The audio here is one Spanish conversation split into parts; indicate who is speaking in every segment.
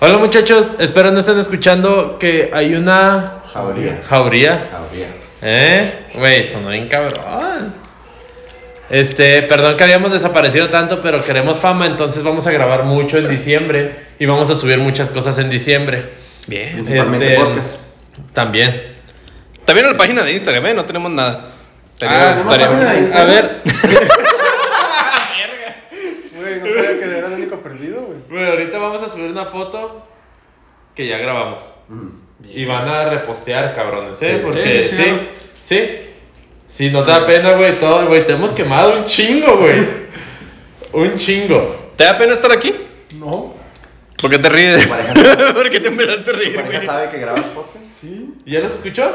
Speaker 1: Hola muchachos, espero no estén escuchando que hay una
Speaker 2: Jauría.
Speaker 1: jauría.
Speaker 2: Jauría.
Speaker 1: ¿Eh? Güey, sonó bien cabrón. Este, perdón que habíamos desaparecido tanto, pero queremos fama, entonces vamos a grabar mucho en diciembre y vamos a subir muchas cosas en diciembre. Bien,
Speaker 2: Principalmente
Speaker 1: Este,
Speaker 2: podcast.
Speaker 1: También.
Speaker 3: También en la página de Instagram, ¿eh? No tenemos nada.
Speaker 1: Ah,
Speaker 3: Tenemos- estaría-
Speaker 2: página de
Speaker 1: a
Speaker 2: Instagram.
Speaker 1: ver,
Speaker 4: Güey, no sabía que era el único perdido, güey.
Speaker 1: Bueno, ahorita vamos a subir una foto que ya grabamos. Y van a repostear, cabrones, ¿eh?
Speaker 2: Sí,
Speaker 1: Porque sí,
Speaker 3: sí,
Speaker 1: sí.
Speaker 3: sí,
Speaker 1: Sí, no te da pena, güey, todo, güey. Te hemos quemado un chingo, güey. Un chingo.
Speaker 3: ¿Te da pena estar aquí?
Speaker 4: No,
Speaker 3: ¿Por qué te ríes?
Speaker 1: Este,
Speaker 2: pareja-
Speaker 3: ¿Por qué te empezaste a reír,
Speaker 2: ¿Pareja
Speaker 3: güey?
Speaker 2: sabe que grabas podcast?
Speaker 4: sí.
Speaker 1: ¿Ya los escuchó?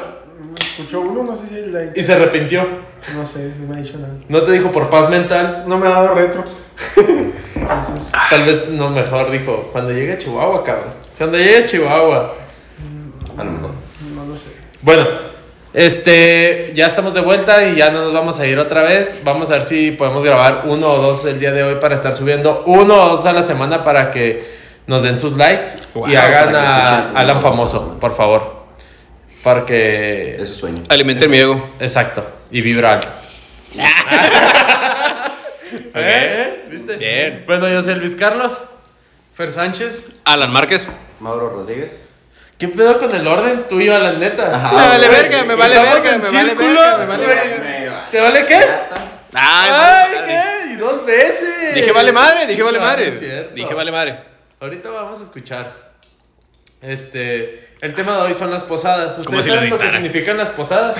Speaker 4: Me escuchó uno, no sé si la.
Speaker 1: Y se arrepintió.
Speaker 4: No sé, no me ha dicho nada.
Speaker 1: No te dijo por paz mental.
Speaker 4: No me ha dado retro. Entonces,
Speaker 1: Tal vez, no, mejor dijo, cuando llegue a Chihuahua, cabrón. Cuando llegue a Chihuahua.
Speaker 2: A lo mejor.
Speaker 4: no lo sé.
Speaker 1: Bueno, este, ya estamos de vuelta y ya no nos vamos a ir otra vez. Vamos a ver si podemos grabar uno o dos el día de hoy para estar subiendo uno o dos a la semana para que nos den sus likes
Speaker 3: Wow,
Speaker 1: y hagan
Speaker 2: para que
Speaker 1: a
Speaker 2: escuchen.
Speaker 1: Alan famoso, por favor. Porque...
Speaker 2: Es su sueño.
Speaker 3: Alimente mi ego.
Speaker 1: Exacto, y vibra alto. ¿Eh? ¿Viste?
Speaker 3: Bien.
Speaker 1: Bueno, yo soy Luis Carlos.
Speaker 4: Fer Sánchez.
Speaker 3: Alan Márquez.
Speaker 2: Mauro Rodríguez.
Speaker 1: ¿Qué pedo con el orden tuyo, Alan, neta?
Speaker 2: Ajá.
Speaker 3: me vale
Speaker 2: güey.
Speaker 3: verga, me vale
Speaker 1: Estamos
Speaker 3: verga,
Speaker 1: en
Speaker 3: me vale
Speaker 1: círculo,
Speaker 3: verga, me
Speaker 1: sí,
Speaker 3: vale
Speaker 1: güey.
Speaker 3: verga.
Speaker 1: ¿Te vale qué?
Speaker 3: Ay,
Speaker 1: Ay,
Speaker 3: vale madre.
Speaker 1: ¿qué? Y dos veces.
Speaker 3: Dije vale madre, dije vale
Speaker 1: No,
Speaker 3: madre.
Speaker 1: no es cierto.
Speaker 3: Dije vale madre.
Speaker 1: Ahorita vamos a escuchar. Este, el tema de hoy son las posadas.
Speaker 3: Como
Speaker 1: ¿Ustedes
Speaker 3: si lo
Speaker 1: saben lo que
Speaker 3: dictara.
Speaker 1: significan las posadas?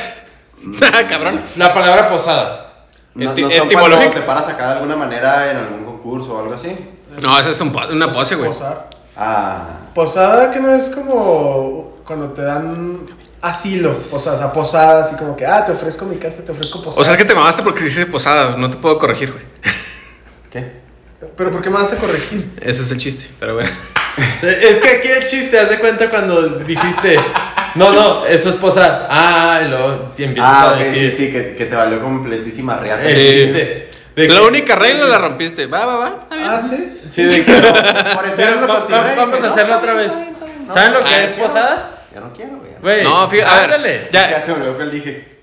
Speaker 3: Ah, Cabrón.
Speaker 1: La palabra posada.
Speaker 2: No,
Speaker 3: Eti-
Speaker 2: no son
Speaker 3: etimológico.
Speaker 2: cuando te paras acá de alguna manera en algún concurso o algo así.
Speaker 3: No, esa es un po- una pose, güey.
Speaker 4: Posar.
Speaker 2: Ah.
Speaker 4: Posada que no es como cuando te dan asilo. O sea, o sea, posada, así como que, ah, te ofrezco mi casa, te ofrezco posada.
Speaker 3: O sea, es que te mamaste porque dices posada. No te puedo corregir, güey.
Speaker 2: ¿Qué?
Speaker 4: Pero ¿por qué me vas a corregir?
Speaker 3: Ese es el chiste, pero bueno.
Speaker 1: Eh, Es que aquí el chiste, hace cuenta cuando dijiste, no, no, eso es posada. Ah, y luego te empiezas
Speaker 2: Ah,
Speaker 1: a
Speaker 2: ok, sí,
Speaker 1: decir
Speaker 2: sí, que, que te valió completísima reata.
Speaker 1: el
Speaker 3: Sí.
Speaker 1: chiste. De
Speaker 3: La
Speaker 1: que-
Speaker 3: única regla la rompiste. Va, va, va. está bien.
Speaker 4: Ah, sí.
Speaker 1: Sí, de que-
Speaker 2: Por eso
Speaker 1: Mira,
Speaker 2: ya no lo
Speaker 1: va- va-
Speaker 2: continué, dije,
Speaker 1: vamos a
Speaker 2: no,
Speaker 1: hacerlo
Speaker 2: no,
Speaker 1: otra
Speaker 2: no,
Speaker 1: vez.
Speaker 2: no, no, no.
Speaker 1: ¿Saben lo
Speaker 3: Ah,
Speaker 1: que es
Speaker 3: quiero.
Speaker 1: posada?
Speaker 2: Ya no quiero, güey. ya
Speaker 1: Güey,
Speaker 3: No, fíjate. A
Speaker 1: ándale.
Speaker 3: ver,
Speaker 2: Ya, ya
Speaker 3: ya.
Speaker 2: se me olvidó que él dije.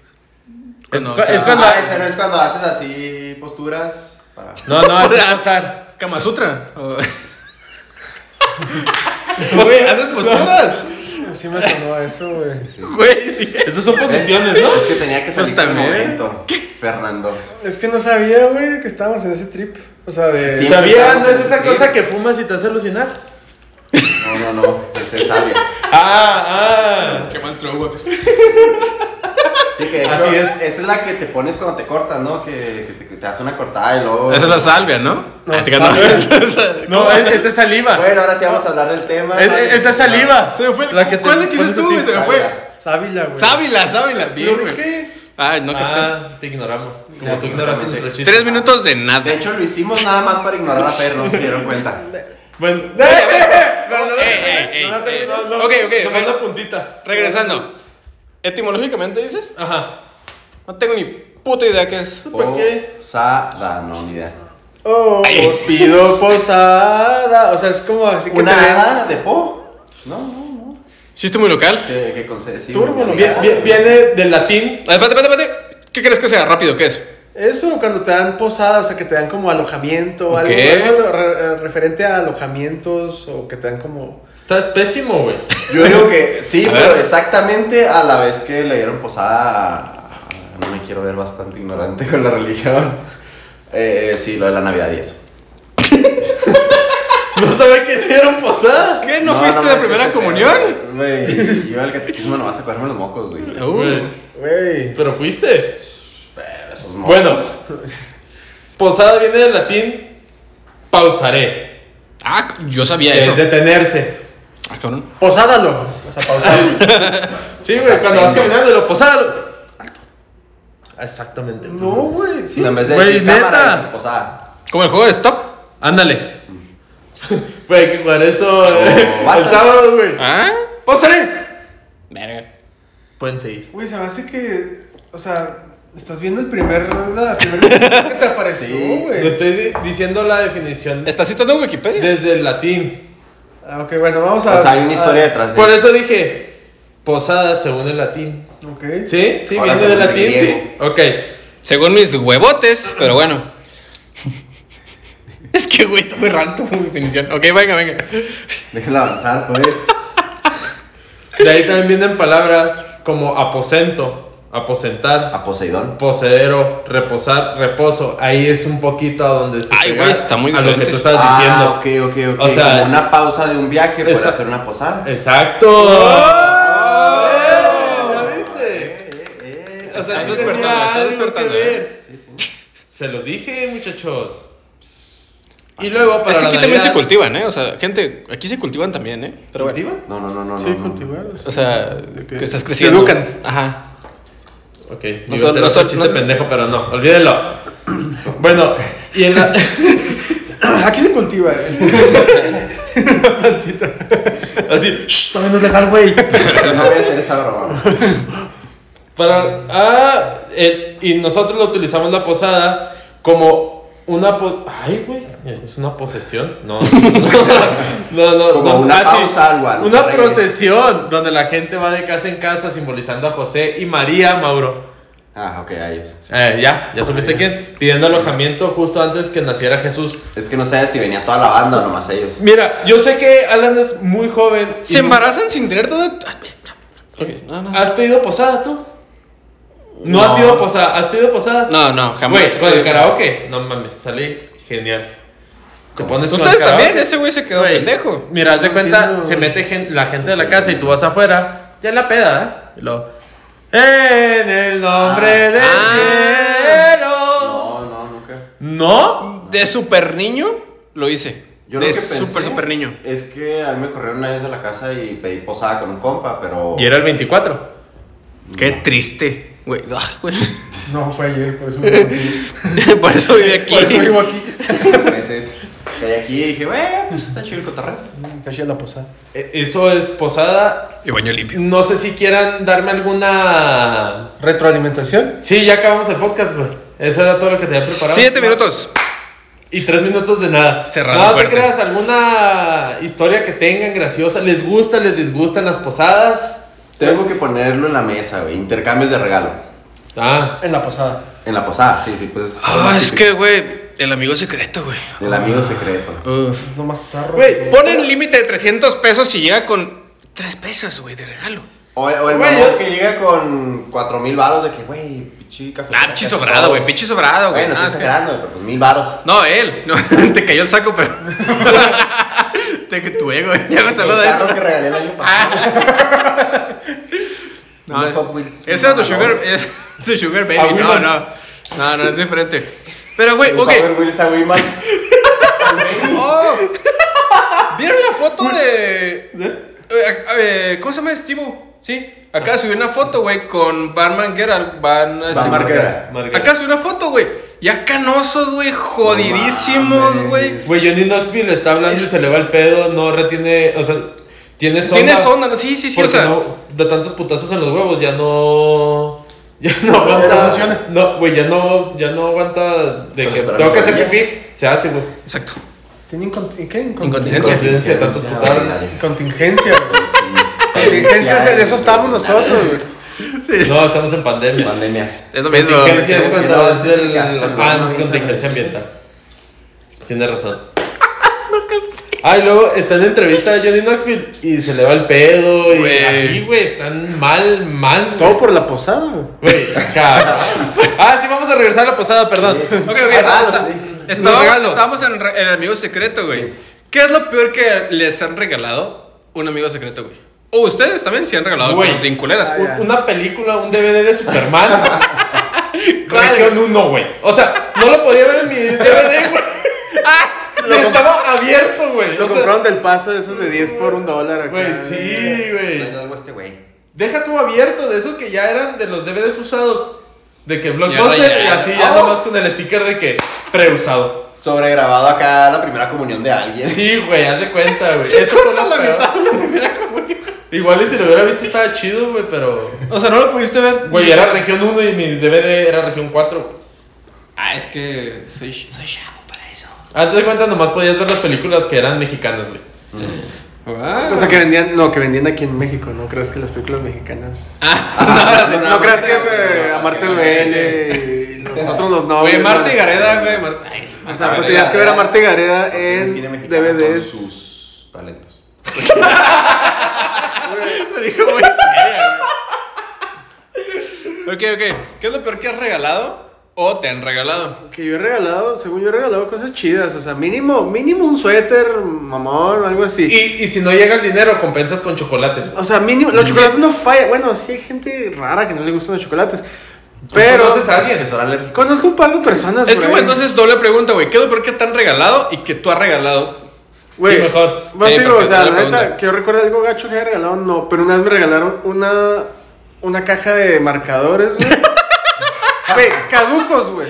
Speaker 3: Cuando-
Speaker 1: es
Speaker 3: o sea,
Speaker 1: cuando-
Speaker 2: Ah, ese no es cuando haces así posturas para...
Speaker 1: No, no, es posar.
Speaker 3: Kama Sutra. o- Güey, haces posturas.
Speaker 4: Sí me sonó eso, güey.
Speaker 3: Güey, sí.
Speaker 1: Esas son posiciones, ¿no?
Speaker 2: ¿Eh? Es que tenía que
Speaker 3: Pues
Speaker 2: salir del
Speaker 3: también.
Speaker 2: momento, Fernando.
Speaker 4: Es que no sabía, güey, que estábamos en ese trip. O sea, de.
Speaker 2: Sí.
Speaker 1: ¿Sabías?
Speaker 2: empezamos
Speaker 1: ¿No es
Speaker 2: a
Speaker 1: esa
Speaker 2: sentir.
Speaker 1: cosa que fumas y te hace alucinar?
Speaker 2: No, no, no, pues se sabe.
Speaker 1: Ah, ah.
Speaker 3: Qué mal trauma.
Speaker 2: Sí, que de hecho,
Speaker 1: Así es.
Speaker 2: Esa es la que te pones cuando te cortas, ¿no? Que, que te, que te das una cortada y luego...
Speaker 3: Esa es la salvia, ¿no?
Speaker 4: No,
Speaker 3: Ah, te canto.
Speaker 1: No, es- esa es saliva.
Speaker 2: Bueno, ahora sí vamos a hablar del tema.
Speaker 1: Es- es- esa es saliva.
Speaker 3: Se me fue.
Speaker 1: La que te
Speaker 3: ¿Cuál es la que dices
Speaker 1: pones así.
Speaker 3: tú, güey? Se me fue.
Speaker 4: Sábila, güey.
Speaker 3: Sábila, sábila. Bien,
Speaker 4: ¿Pero
Speaker 3: güey.
Speaker 4: qué?
Speaker 3: Ay, no capté.
Speaker 1: Ah, te ignoramos.
Speaker 2: Sí,
Speaker 1: Como tú ignoraste
Speaker 2: absolutamente.
Speaker 1: nuestro chiste.
Speaker 3: Tres minutos de nada.
Speaker 2: De hecho, lo hicimos nada más para ignorar a Fer, no se dieron cuenta.
Speaker 1: Bueno,
Speaker 3: Eh, Ey, ey, ey, ey. eh, Ok, ok,
Speaker 1: Nomás
Speaker 3: ok.
Speaker 1: la puntita.
Speaker 3: Regresando. Etimológicamente dices,
Speaker 1: Ajá.
Speaker 3: no tengo ni puta idea qué es.
Speaker 1: ¿Por qué?
Speaker 2: Posada, no, ni idea.
Speaker 4: Oh, pido posada. O sea, es como así que
Speaker 2: ¿Una
Speaker 4: te den-
Speaker 2: hada de po? No, no, no.
Speaker 3: Chiste muy local.
Speaker 2: Que, que con C, sí,
Speaker 4: Turbo,
Speaker 2: una
Speaker 4: ¿no?
Speaker 2: hada.
Speaker 1: Vie- vie- Viene del latín.
Speaker 3: Ah, Espérate, espérate, espérate. ¿Qué crees que sea? Rápido, ¿qué es?
Speaker 4: Eso, cuando te dan posada, o sea, que te dan como alojamiento,
Speaker 3: Ok.
Speaker 4: algo, algo re- eh, referente a alojamientos o que te dan como...
Speaker 1: Estás pésimo, güey.
Speaker 2: Yo digo que sí,
Speaker 3: A
Speaker 2: pero
Speaker 3: ver.
Speaker 2: exactamente a la vez que le dieron posada. a- No me quiero ver bastante ignorante con la religión. Eh, eh, sí, lo de la Navidad y eso.
Speaker 1: No sabe que dieron posada.
Speaker 3: ¿Qué? ¿No, fuiste de
Speaker 2: mames,
Speaker 3: primera
Speaker 2: ese
Speaker 3: comunión?
Speaker 2: pedo, Güey, yo al catecismo no vas a cogerme los mocos, güey.
Speaker 1: Güey,
Speaker 4: Güey,
Speaker 1: Pero fuiste.
Speaker 2: Esos mocos.
Speaker 1: Bueno. Posada viene del latín pausaré.
Speaker 3: Ah, yo sabía
Speaker 1: Es
Speaker 3: eso.
Speaker 1: detenerse.
Speaker 3: Ah, cabrón.
Speaker 4: posádalo. O sea, pausado.
Speaker 1: Sí, güey, cuando vas caminando y lo posádalo. Alto. Exactamente.
Speaker 4: no, güey, sí.
Speaker 2: En vez de
Speaker 1: Güey,
Speaker 2: decir
Speaker 1: neta.
Speaker 2: cámara, dices posada.
Speaker 3: Como el juego de Stop.
Speaker 1: Ándale. Güey, hay que jugar eso eh, el
Speaker 2: basta.
Speaker 1: sábado, güey.
Speaker 3: ¿Ah?
Speaker 1: ¡Posaré!
Speaker 3: Verga.
Speaker 1: Pueden seguir.
Speaker 4: Güey, se me hace que... O sea, estás viendo el primer... La primera cosa que te apareció,
Speaker 2: Sí.
Speaker 1: Le
Speaker 4: güey.
Speaker 1: estoy di- diciendo la definición
Speaker 3: ¿Estás citando Wikipedia?
Speaker 1: desde el latín.
Speaker 5: Ah, Ok, bueno, vamos a.
Speaker 2: O sea, hay una historia
Speaker 5: a-
Speaker 2: detrás de
Speaker 1: Por eso dije, posada según el latín.
Speaker 5: Ok.
Speaker 1: ¿Sí? ¿Sí?
Speaker 2: Ahora
Speaker 1: ¿Viene del
Speaker 2: según el
Speaker 1: latín?
Speaker 2: griego.
Speaker 1: Sí. Ok.
Speaker 3: Según mis huevotes, pero bueno. Es que, güey, está muy raro tu definición. Ok, venga, venga.
Speaker 2: Déjala avanzar, pues.
Speaker 1: De ahí también vienen palabras como aposento, aposentar,
Speaker 2: A Poseidón.
Speaker 1: poseedero, reposar, reposo. Ahí es un poquito a donde se
Speaker 3: Ay,
Speaker 1: pega
Speaker 3: güey, está muy
Speaker 1: a lo que
Speaker 3: diferente.
Speaker 1: tú estabas
Speaker 2: Ah,
Speaker 1: diciendo.
Speaker 2: ok, ok, ok.
Speaker 1: O sea-
Speaker 2: Como una pausa de un viaje
Speaker 1: Esa-
Speaker 2: para hacer una posada.
Speaker 1: Exacto.
Speaker 2: Oh.
Speaker 1: ¡Eh! ¿Ya viste?
Speaker 2: Eh,
Speaker 1: O sea,
Speaker 3: Estás
Speaker 1: sí
Speaker 3: despertando,
Speaker 1: tenía
Speaker 3: estás
Speaker 1: algo
Speaker 3: despertando,
Speaker 1: que
Speaker 3: eh.
Speaker 1: ver.
Speaker 2: sí, sí.
Speaker 1: Se los dije, muchachos. Y luego para
Speaker 3: es que
Speaker 1: la
Speaker 3: aquí también
Speaker 1: Navidad-
Speaker 3: se cultivan, ¿eh? O sea, gente, aquí se cultivan también, ¿eh? Pero bueno.
Speaker 1: ¿Cultivan?
Speaker 2: No, no, no, no.
Speaker 5: Sí,
Speaker 2: no, no.
Speaker 5: cultivar.
Speaker 3: O sea,
Speaker 5: De que
Speaker 3: que estás
Speaker 5: se
Speaker 3: creciendo.
Speaker 5: educan.
Speaker 3: Ajá.
Speaker 1: Ok,
Speaker 3: No
Speaker 1: no
Speaker 3: son- no son-
Speaker 1: chiste
Speaker 3: no-
Speaker 1: pendejo, pero no, olvídenlo. Bueno, y en la,
Speaker 5: Aquí se cultiva, eh.
Speaker 1: así,
Speaker 5: Shh, Todavía no es legal, güey.
Speaker 2: No voy a hacer esa broma.
Speaker 1: para, ah, el- y nosotros lo utilizamos la posada como una, po- ay, güey, es una posesión, no, no, no, no,
Speaker 2: Como
Speaker 1: no,
Speaker 2: una
Speaker 1: ah, sí,
Speaker 2: pausa, algo, algo,
Speaker 1: una
Speaker 2: regreso.
Speaker 1: procesión donde la gente va de casa en casa simbolizando a José y María, Mauro.
Speaker 2: Ah, ok, ahí es.
Speaker 1: Eh, ya, ya supiste quién, pidiendo alojamiento justo antes que naciera Jesús.
Speaker 2: Es que no sabes si venía toda la banda o nomás ellos.
Speaker 1: Mira, yo sé que Alan es muy joven. y
Speaker 3: ¿Se embarazan sin tener todo? Ok, no, Ah. no.
Speaker 1: ¿Has pedido posada tú? No,
Speaker 3: No.
Speaker 1: has ido a posada, ¿has pedido posada?
Speaker 3: No, no, jamás.
Speaker 1: Güey, con el karaoke. No mames, salí genial. Te pones con
Speaker 3: Ustedes
Speaker 1: el karaoke.
Speaker 3: también, ese güey se quedó
Speaker 1: Güey,
Speaker 3: pendejo.
Speaker 1: Mira, haz de
Speaker 5: No
Speaker 1: cuenta,
Speaker 5: entiendo.
Speaker 1: se mete gen- la gente de la casa y tú vas afuera. Ya en la peda, ¿eh? Y luego, En el nombre
Speaker 2: Ah.
Speaker 1: del
Speaker 3: Ah.
Speaker 1: cielo.
Speaker 2: No, no, nunca.
Speaker 1: ¿No?
Speaker 3: De super niño lo hice.
Speaker 2: Yo
Speaker 3: de
Speaker 2: lo que pensé
Speaker 3: super, super niño.
Speaker 2: Es que a mí me corrieron una vez de la casa y pedí posada con un compa, pero.
Speaker 1: Y era el 24.
Speaker 3: Qué triste, güey. Ah, güey.
Speaker 5: No, fue ayer, por eso me confundí.
Speaker 3: Por eso vive aquí.
Speaker 5: Por eso vivo aquí.
Speaker 2: Entonces, caí aquí y dije, bueno, pues está chido el cotorreo.
Speaker 5: Te hacía la posada.
Speaker 1: E- Eso es posada.
Speaker 3: Y baño limpio.
Speaker 1: No sé si quieran darme alguna
Speaker 5: Retroalimentación.
Speaker 1: Sí, ya acabamos el podcast, güey. Eso era todo lo que te había preparado.
Speaker 3: Siete minutos.
Speaker 1: Y tres minutos de nada.
Speaker 3: Cerrado
Speaker 1: No te
Speaker 3: fuerte.
Speaker 1: creas alguna historia que tengan graciosa. ¿Les gusta, les disgustan las posadas?
Speaker 2: Tengo que ponerlo en la mesa, güey. Intercambios de regalo.
Speaker 1: Ah.
Speaker 5: En la posada.
Speaker 2: En la posada, sí, sí, pues.
Speaker 3: Ah, es que, güey, el amigo secreto, güey.
Speaker 2: El amigo secreto.
Speaker 3: Uf.
Speaker 5: Es lo más zarro.
Speaker 1: Güey,
Speaker 5: que-
Speaker 3: Ponen límite de 300 pesos y llega con 3 pesos, güey, de regalo.
Speaker 2: O, o el
Speaker 1: Güey,
Speaker 2: mamón
Speaker 1: yo-
Speaker 2: que llega con cuatro mil varos de que, güey, pichi café.
Speaker 3: Ah, pinche sobrado, güey, pinche sobrado, güey.
Speaker 2: Bueno,
Speaker 3: Ah,
Speaker 2: estoy
Speaker 3: es que-
Speaker 2: exagerando, güey, pero pues mil varos.
Speaker 3: No, él. No, te cayó el saco, pero. te tu ego, ya me
Speaker 2: El
Speaker 3: saludó de
Speaker 2: carro
Speaker 3: eso. Ah,
Speaker 2: que regalé el año pasado.
Speaker 3: No,
Speaker 2: Un
Speaker 3: es-
Speaker 2: Hot Wheels.
Speaker 3: ese era tu
Speaker 2: Un
Speaker 3: sugar,
Speaker 2: balón.
Speaker 3: es tu sugar
Speaker 1: A
Speaker 3: baby. No,
Speaker 1: Wilman.
Speaker 3: no. No, no, es diferente. Pero, güey,
Speaker 2: Un
Speaker 3: ok.
Speaker 2: Power Wheels a Wiman.
Speaker 3: Oh. ¿Vieron la foto de. eh, eh, ¿Cómo se llama Steve? Sí. Acá subió una foto, güey, con Batman Geralt. Van,
Speaker 2: Van Marguera.
Speaker 1: Margarita.
Speaker 3: Acá subió una foto, güey. Ya canosos, güey, jodidísimos,
Speaker 2: mames.
Speaker 3: güey.
Speaker 1: Güey, Johnny Knoxville está hablando y
Speaker 3: Es-
Speaker 1: se le va el pedo. No retiene. O sea, tiene sonda.
Speaker 3: Tiene onda, ¿no? Sí, sí, sí,
Speaker 1: Porque
Speaker 3: o sea.
Speaker 1: no, de tantos putazos en los huevos, ya no. Ya no aguanta.
Speaker 5: funciona.
Speaker 1: No, güey, ya no, ya no aguanta. De
Speaker 2: Solo
Speaker 1: que
Speaker 2: esperar
Speaker 1: tengo que hacer
Speaker 2: maravillas.
Speaker 1: pipí. Se hace, güey.
Speaker 3: Exacto.
Speaker 5: ¿Tiene incont- ¿Qué?
Speaker 3: Incontinencia.
Speaker 1: Coincidencia de tantos putazos.
Speaker 5: Contingencia, güey. Contingencia, o sea, de eso estamos nosotros, güey.
Speaker 1: No, estamos en pandemia.
Speaker 2: Pandemia.
Speaker 3: Es lo mismo.
Speaker 1: Contingencia es cuando es
Speaker 2: Sí, sí,
Speaker 1: del.
Speaker 2: que haces el
Speaker 1: Ah,
Speaker 2: baño
Speaker 1: no es
Speaker 2: y se
Speaker 1: contingencia
Speaker 2: regresa.
Speaker 1: ambiental. Tienes razón. Ah, y luego está en entrevista a Johnny Knoxville y se le va el pedo y
Speaker 3: Güey.
Speaker 1: así, güey, están mal, mal.
Speaker 5: Todo
Speaker 1: güey.
Speaker 5: por la posada, güey.
Speaker 1: Güey, cabrón. Ah, sí, vamos a regresar a la posada, perdón.
Speaker 2: Sí, sí.
Speaker 3: Ok, ok,
Speaker 2: Ah,
Speaker 3: está-
Speaker 2: los-
Speaker 3: está-
Speaker 2: sí, sí.
Speaker 3: estaba-
Speaker 1: Los regalos.
Speaker 3: estábamos en re- el amigo secreto, güey. ¿Qué es lo peor que les han regalado un amigo secreto, güey? O ustedes también se han regalado
Speaker 1: Güey.
Speaker 3: cosas bien culeras.
Speaker 5: Ah,
Speaker 1: Un-
Speaker 5: ya.
Speaker 1: Una película, un DVD de Superman. Región 1, güey. O sea, no lo podía ver en mi DVD, güey.
Speaker 5: Lo comp-
Speaker 1: estaba abierto, güey.
Speaker 5: Lo
Speaker 1: O sea,
Speaker 5: compraron del paso de esos de 10 por un dólar acá.
Speaker 1: Güey, sí, güey.
Speaker 2: Traigo algo a este güey.
Speaker 1: Deja tú abierto de esos que ya eran de los DVDs usados. De que
Speaker 3: Ya
Speaker 1: Blockbuster y
Speaker 3: rayado.
Speaker 1: así ya
Speaker 3: Oh.
Speaker 1: nomás con el sticker de que preusado.
Speaker 2: Sobregrabado acá la primera comunión de alguien.
Speaker 1: Sí, güey, haz de cuenta, güey.
Speaker 3: Se
Speaker 1: Eso fue
Speaker 3: corta
Speaker 1: lo
Speaker 3: la
Speaker 1: peor.
Speaker 3: mitad de la primera comunión.
Speaker 1: Igual y si lo hubiera visto estaba chido, güey, pero.
Speaker 3: O sea, no lo pudiste ver.
Speaker 1: Güey, era región 1 y mi DVD era región 4.
Speaker 3: Ah, es que soy, soy chavo para eso.
Speaker 1: Antes de cuenta nomás podías ver las películas que eran mexicanas, güey.
Speaker 3: Ah.
Speaker 4: O sea, que vendían, no, que vendían aquí en México, ¿no? ¿Crees que las películas mexicanas...
Speaker 2: Ah,
Speaker 4: no,
Speaker 2: nada más
Speaker 4: creas que
Speaker 2: tenemos
Speaker 4: eh,
Speaker 2: nada más
Speaker 4: Amarte
Speaker 2: que no
Speaker 4: duele y nosotros los novios...
Speaker 3: Güey,
Speaker 4: ¿no?
Speaker 3: Marta y Gareda, güey. Marta- Ay,
Speaker 4: O
Speaker 3: Marta
Speaker 4: sea, pues
Speaker 3: Gareda.
Speaker 4: tenías que ver a Marta y Gareda
Speaker 2: Sostiene el cine
Speaker 4: en
Speaker 2: mexicano con
Speaker 4: DVDs.
Speaker 2: sus talentos.
Speaker 4: Me dijo muy seria, güey.
Speaker 3: Ok, ok. ¿Qué es lo peor que has regalado o te han regalado?
Speaker 4: Que yo he regalado, según yo he regalado cosas chidas. O sea, mínimo, mínimo un suéter, mamón, algo así.
Speaker 1: Y, y si no llega el dinero, compensas con chocolates. güey.
Speaker 4: O sea, mínimo, los chocolates no fallan. Bueno, sí hay gente rara que no le gustan los chocolates.
Speaker 1: ¿Tú
Speaker 4: Pero
Speaker 1: conoces a alguien?
Speaker 2: Que son alérgicos.
Speaker 4: conozco un par de personas.
Speaker 3: Es que,
Speaker 4: Pues por
Speaker 3: güey,
Speaker 4: ahí.
Speaker 3: entonces doble pregunta, güey. ¿Qué es lo peor que te han regalado y que tú has regalado?
Speaker 4: Güey,
Speaker 1: Sí, mejor.
Speaker 4: más
Speaker 3: Sí,
Speaker 4: digo,
Speaker 3: porque
Speaker 4: o sea,
Speaker 3: te
Speaker 4: la
Speaker 3: la pregunta.
Speaker 4: neta, que yo recuerdo algo gacho que haya regalado, no. Pero una vez me regalaron una, una caja de marcadores, güey. Güey, caducos, güey.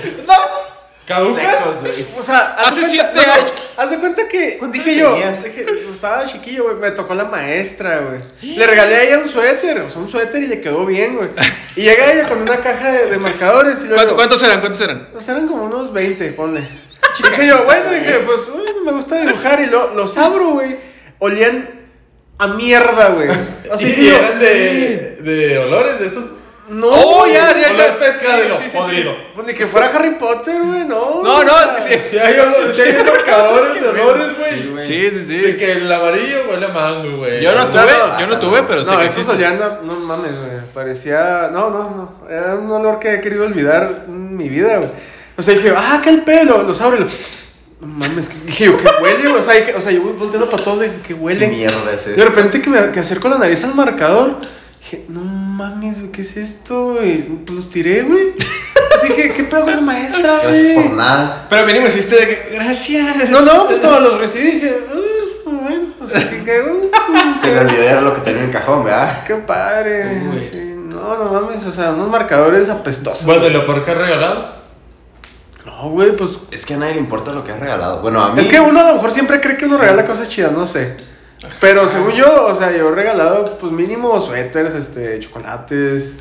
Speaker 1: ¿Caduca?
Speaker 2: Secos, güey.
Speaker 4: O sea, haz de
Speaker 3: Hace siete
Speaker 4: cuenta- no, no,
Speaker 3: años.
Speaker 4: Haz de cuenta que.
Speaker 2: ¿Cuántos
Speaker 4: Dije
Speaker 2: años
Speaker 4: yo.
Speaker 2: tenías?
Speaker 4: dije, pues, estaba chiquillo, güey. Me tocó la maestra, güey. Le regalé a ella un suéter. O sea, un suéter y le quedó bien, güey. Y llega ella con una caja de, de marcadores. Y luego,
Speaker 3: ¿Cuánto- ¿Cuántos eran? ¿Cuántos eran?
Speaker 4: O sea, eran como unos 20, ponle. dije yo, bueno, dije, pues, bueno, me gusta dibujar. Y lo, los abro, güey. Olían a mierda, güey. Así
Speaker 1: ¿Y
Speaker 4: que yo.
Speaker 1: eran de, de olores de esos?
Speaker 4: No.
Speaker 3: Oh, ya,
Speaker 4: güey.
Speaker 3: ya,
Speaker 1: Olor
Speaker 3: ya.
Speaker 1: pescadero,
Speaker 3: Sí, sí, sí, sí.
Speaker 1: podrido.
Speaker 4: Pues ni que fuera Harry Potter, güey, no.
Speaker 3: No, no,
Speaker 4: o sea,
Speaker 3: es que sí.
Speaker 1: Si hay, olo- si hay marcadores de olores, güey.
Speaker 3: Sí, sí,
Speaker 1: De
Speaker 3: sí.
Speaker 1: que el amarillo huele a mango, güey.
Speaker 3: Yo no tuve, yo no tuve, pero sí
Speaker 4: no,
Speaker 3: que
Speaker 4: estos
Speaker 3: existen.
Speaker 4: olían a- no mames, güey. Parecía. No, no, no. Era un olor que he querido olvidar en mi vida, güey. O sea, dije, ah, que el pelo, los abro y lo- No mames, que, dije yo, que huele, güey. o sea, dije- o sea, yo volteando para todo, dije, que
Speaker 2: ¿Qué
Speaker 4: huele.
Speaker 2: mierda es
Speaker 4: De
Speaker 2: eso?
Speaker 4: repente que me que acerco la nariz al marcador, dije, no mames, güey, ¿qué es esto, güey? Pues los tiré, güey. Así que, ¿qué pedo con la maestra,
Speaker 2: Gracias
Speaker 4: güey?
Speaker 2: por nada.
Speaker 3: Pero mínimo hiciste de que. Gracias.
Speaker 4: No, no, pues cuando los recibí, dije, "Ah, bueno, o sea, que, que, uh,
Speaker 2: Se me olvidó era lo que tenía en el cajón, ¿verdad?
Speaker 4: Qué padre.
Speaker 3: Uy.
Speaker 4: sí. No, no mames, o sea, unos marcadores apestosos.
Speaker 1: Bueno, ¿y lo peor que has regalado?
Speaker 4: No, güey, pues.
Speaker 2: Es que a nadie le importa lo que has regalado. Bueno, a mí.
Speaker 4: Es que uno a lo mejor siempre cree que uno regala cosas chidas, no sé. Pero según yo, o sea, yo he regalado, pues mínimo suéteres, este, chocolates,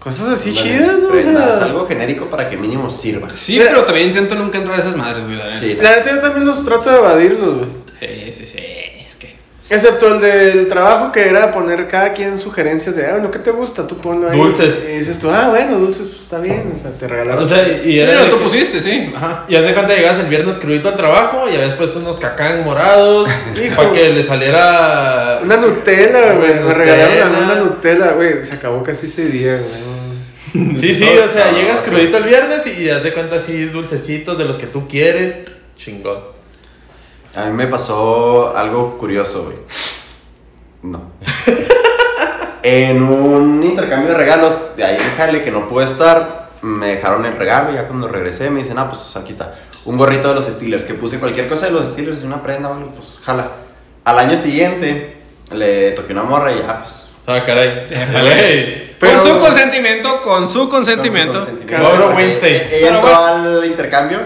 Speaker 4: cosas así
Speaker 2: Ándale,
Speaker 4: chidas, ¿no? O
Speaker 2: prendas,
Speaker 4: sea,
Speaker 2: algo genérico para que mínimo sirva.
Speaker 3: Sí, pero también intento nunca entrar a esas madres, güey. la neta.
Speaker 2: Sí.
Speaker 4: La neta yo también los trato de evadirlos, güey.
Speaker 3: Sí, sí, sí. Es que.
Speaker 4: Excepto el del trabajo que era poner cada quien sugerencias de, ah, bueno, ¿qué te gusta? Tú ponlo ahí.
Speaker 1: Dulces.
Speaker 4: Y dices tú, ah, bueno, dulces, pues está bien, o sea, te regalaron.
Speaker 1: O sea, y era.
Speaker 3: Pero
Speaker 1: de
Speaker 3: tú
Speaker 1: que-
Speaker 3: pusiste, sí. Ajá.
Speaker 1: Y hace cuenta llegas el viernes crudito al trabajo y habías puesto unos cacán morados
Speaker 4: Hijo.
Speaker 1: para que le saliera.
Speaker 4: Una Nutella, güey.
Speaker 1: Una
Speaker 4: Me regalaron a mí
Speaker 1: Nutella.
Speaker 4: una Nutella, güey. Se acabó casi ese día, güey.
Speaker 1: Sí, sí, o sea, llegas crudito el viernes y hace cuenta así dulcecitos de los que tú quieres. Chingón.
Speaker 2: A mí me pasó algo curioso, güey. No. en un intercambio de regalos de ahí en Jale que no pude estar, me dejaron el regalo. Ya cuando regresé me dicen, ah, pues aquí está. Un gorrito de los Steelers, que puse cualquier cosa de los Steelers en una prenda o algo, pues jala. Al año siguiente le toqué una morra y ya, pues.
Speaker 1: Ah, caray. Güey.
Speaker 4: Pero-
Speaker 3: Con su consentimiento, con su consentimiento.
Speaker 2: con su consentimiento.
Speaker 1: Mauro
Speaker 2: Porque
Speaker 1: Wednesday.
Speaker 2: Ella
Speaker 3: Mauro
Speaker 2: entró al intercambio.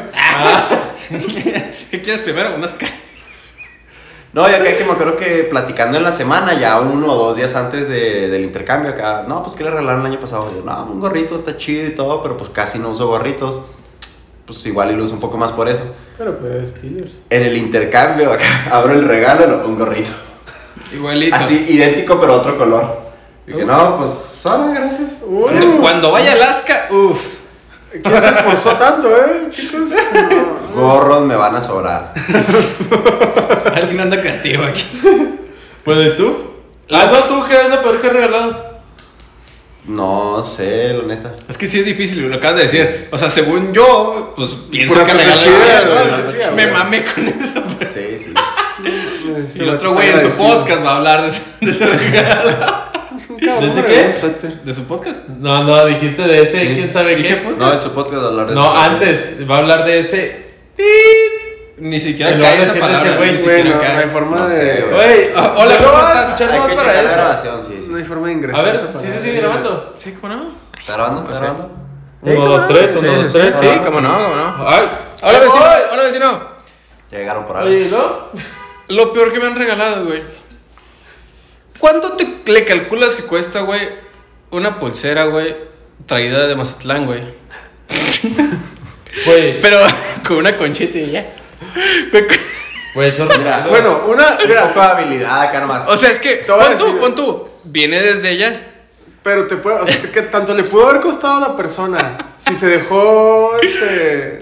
Speaker 3: ¿Qué quieres primero? Unas ca-
Speaker 2: No, y acá que me acuerdo que platicando en la semana, ya uno o dos días antes de- del intercambio, acá, no, pues que le regalaron el año pasado. Yo, no, un gorrito está chido y todo, pero pues casi no uso gorritos. Pues igual y lo uso un poco más por eso.
Speaker 5: Pero pues Steelers.
Speaker 2: En el intercambio, acá, abro el regalo, no, un gorrito.
Speaker 3: Igualito.
Speaker 2: Así, idéntico, pero otro color. Y dije, no, pues, hola, gracias.
Speaker 3: Cuando-
Speaker 4: Uh,
Speaker 3: Cuando vaya a Alaska, uff.
Speaker 4: ¿Quién se esforzó tanto, eh, chicos? No.
Speaker 2: Gorros me van a sobrar.
Speaker 3: Alguien anda creativo aquí.
Speaker 1: Bueno, ¿y tú? Ah, no, tú, ¿qué es lo peor que has regalado?
Speaker 2: No sé, la neta.
Speaker 3: Es que sí es difícil, lo acabas de decir. O sea, según yo, pues pienso
Speaker 4: Puras
Speaker 3: que
Speaker 4: cosas
Speaker 3: regalé.
Speaker 4: chidas,
Speaker 3: algo,
Speaker 4: ¿no?
Speaker 3: güey.
Speaker 4: Sí, a
Speaker 3: Me
Speaker 4: huevo.
Speaker 3: mamé con eso. pues.
Speaker 2: Sí, sí.
Speaker 3: Y el otro güey en su podcast va a hablar de ese, de ese regalo.
Speaker 1: ¿Desde
Speaker 4: ¿Desde
Speaker 1: qué?
Speaker 4: qué?
Speaker 3: ¿De su podcast?
Speaker 1: No, no, dijiste de ese,
Speaker 2: Sí.
Speaker 1: quién sabe
Speaker 3: Dije,
Speaker 1: qué.
Speaker 3: pues,
Speaker 2: No, de su podcast hablar de
Speaker 1: no,
Speaker 2: eso.
Speaker 1: antes, va a hablar de ese.
Speaker 3: Ni siquiera
Speaker 1: En lugar
Speaker 3: cae
Speaker 1: de
Speaker 3: esa
Speaker 1: decirle
Speaker 3: palabra.
Speaker 1: ese güey,
Speaker 3: ni
Speaker 4: Güey,
Speaker 3: siquiera
Speaker 4: no, no hay
Speaker 3: cae.
Speaker 4: forma
Speaker 2: No sé,
Speaker 4: de.
Speaker 2: güey.
Speaker 1: Güey,
Speaker 3: Ah, hola,
Speaker 1: no
Speaker 3: ¿cómo
Speaker 1: vas a
Speaker 3: estás?
Speaker 1: escuchar
Speaker 2: Hay
Speaker 1: nomás
Speaker 2: que
Speaker 1: para
Speaker 2: checar la
Speaker 1: eso.
Speaker 2: grabación, sí, sí.
Speaker 4: No hay forma de ingresar.
Speaker 1: A
Speaker 4: esa
Speaker 1: ver,
Speaker 4: palabra.
Speaker 1: sí se sigue grabando.
Speaker 3: Sí, ¿cómo no?
Speaker 2: ¿Está grabando? ¿Está grabando?
Speaker 1: Uno, dos, tres, uno, dos, tres, sí.
Speaker 3: Eh, cómo no, cómo no.
Speaker 1: Ay,
Speaker 3: Ah, Hola,
Speaker 1: ay,
Speaker 3: vecino.
Speaker 1: ay.
Speaker 3: Hola, vecino.
Speaker 2: Ya llegaron por algo.
Speaker 1: Oye, ¿y luego?
Speaker 3: Lo peor que me han regalado, güey. ¿Cuánto te le calculas que cuesta, güey, una pulsera, güey, traída de Mazatlán, güey?
Speaker 1: Güey,
Speaker 3: Pero con una conchita y ya. Güey, cu-
Speaker 1: Güey, eso Mira,
Speaker 4: Bueno, una.
Speaker 2: Un
Speaker 4: Mira,
Speaker 2: poco de habilidad acá nomás.
Speaker 3: O sea, es que,
Speaker 4: Te voy a
Speaker 3: pon tú,
Speaker 4: decir-
Speaker 3: pon tú. Viene desde ella.
Speaker 4: pero te puedo. O sea, que tanto le pudo haber costado a la persona. Si se dejó. Este.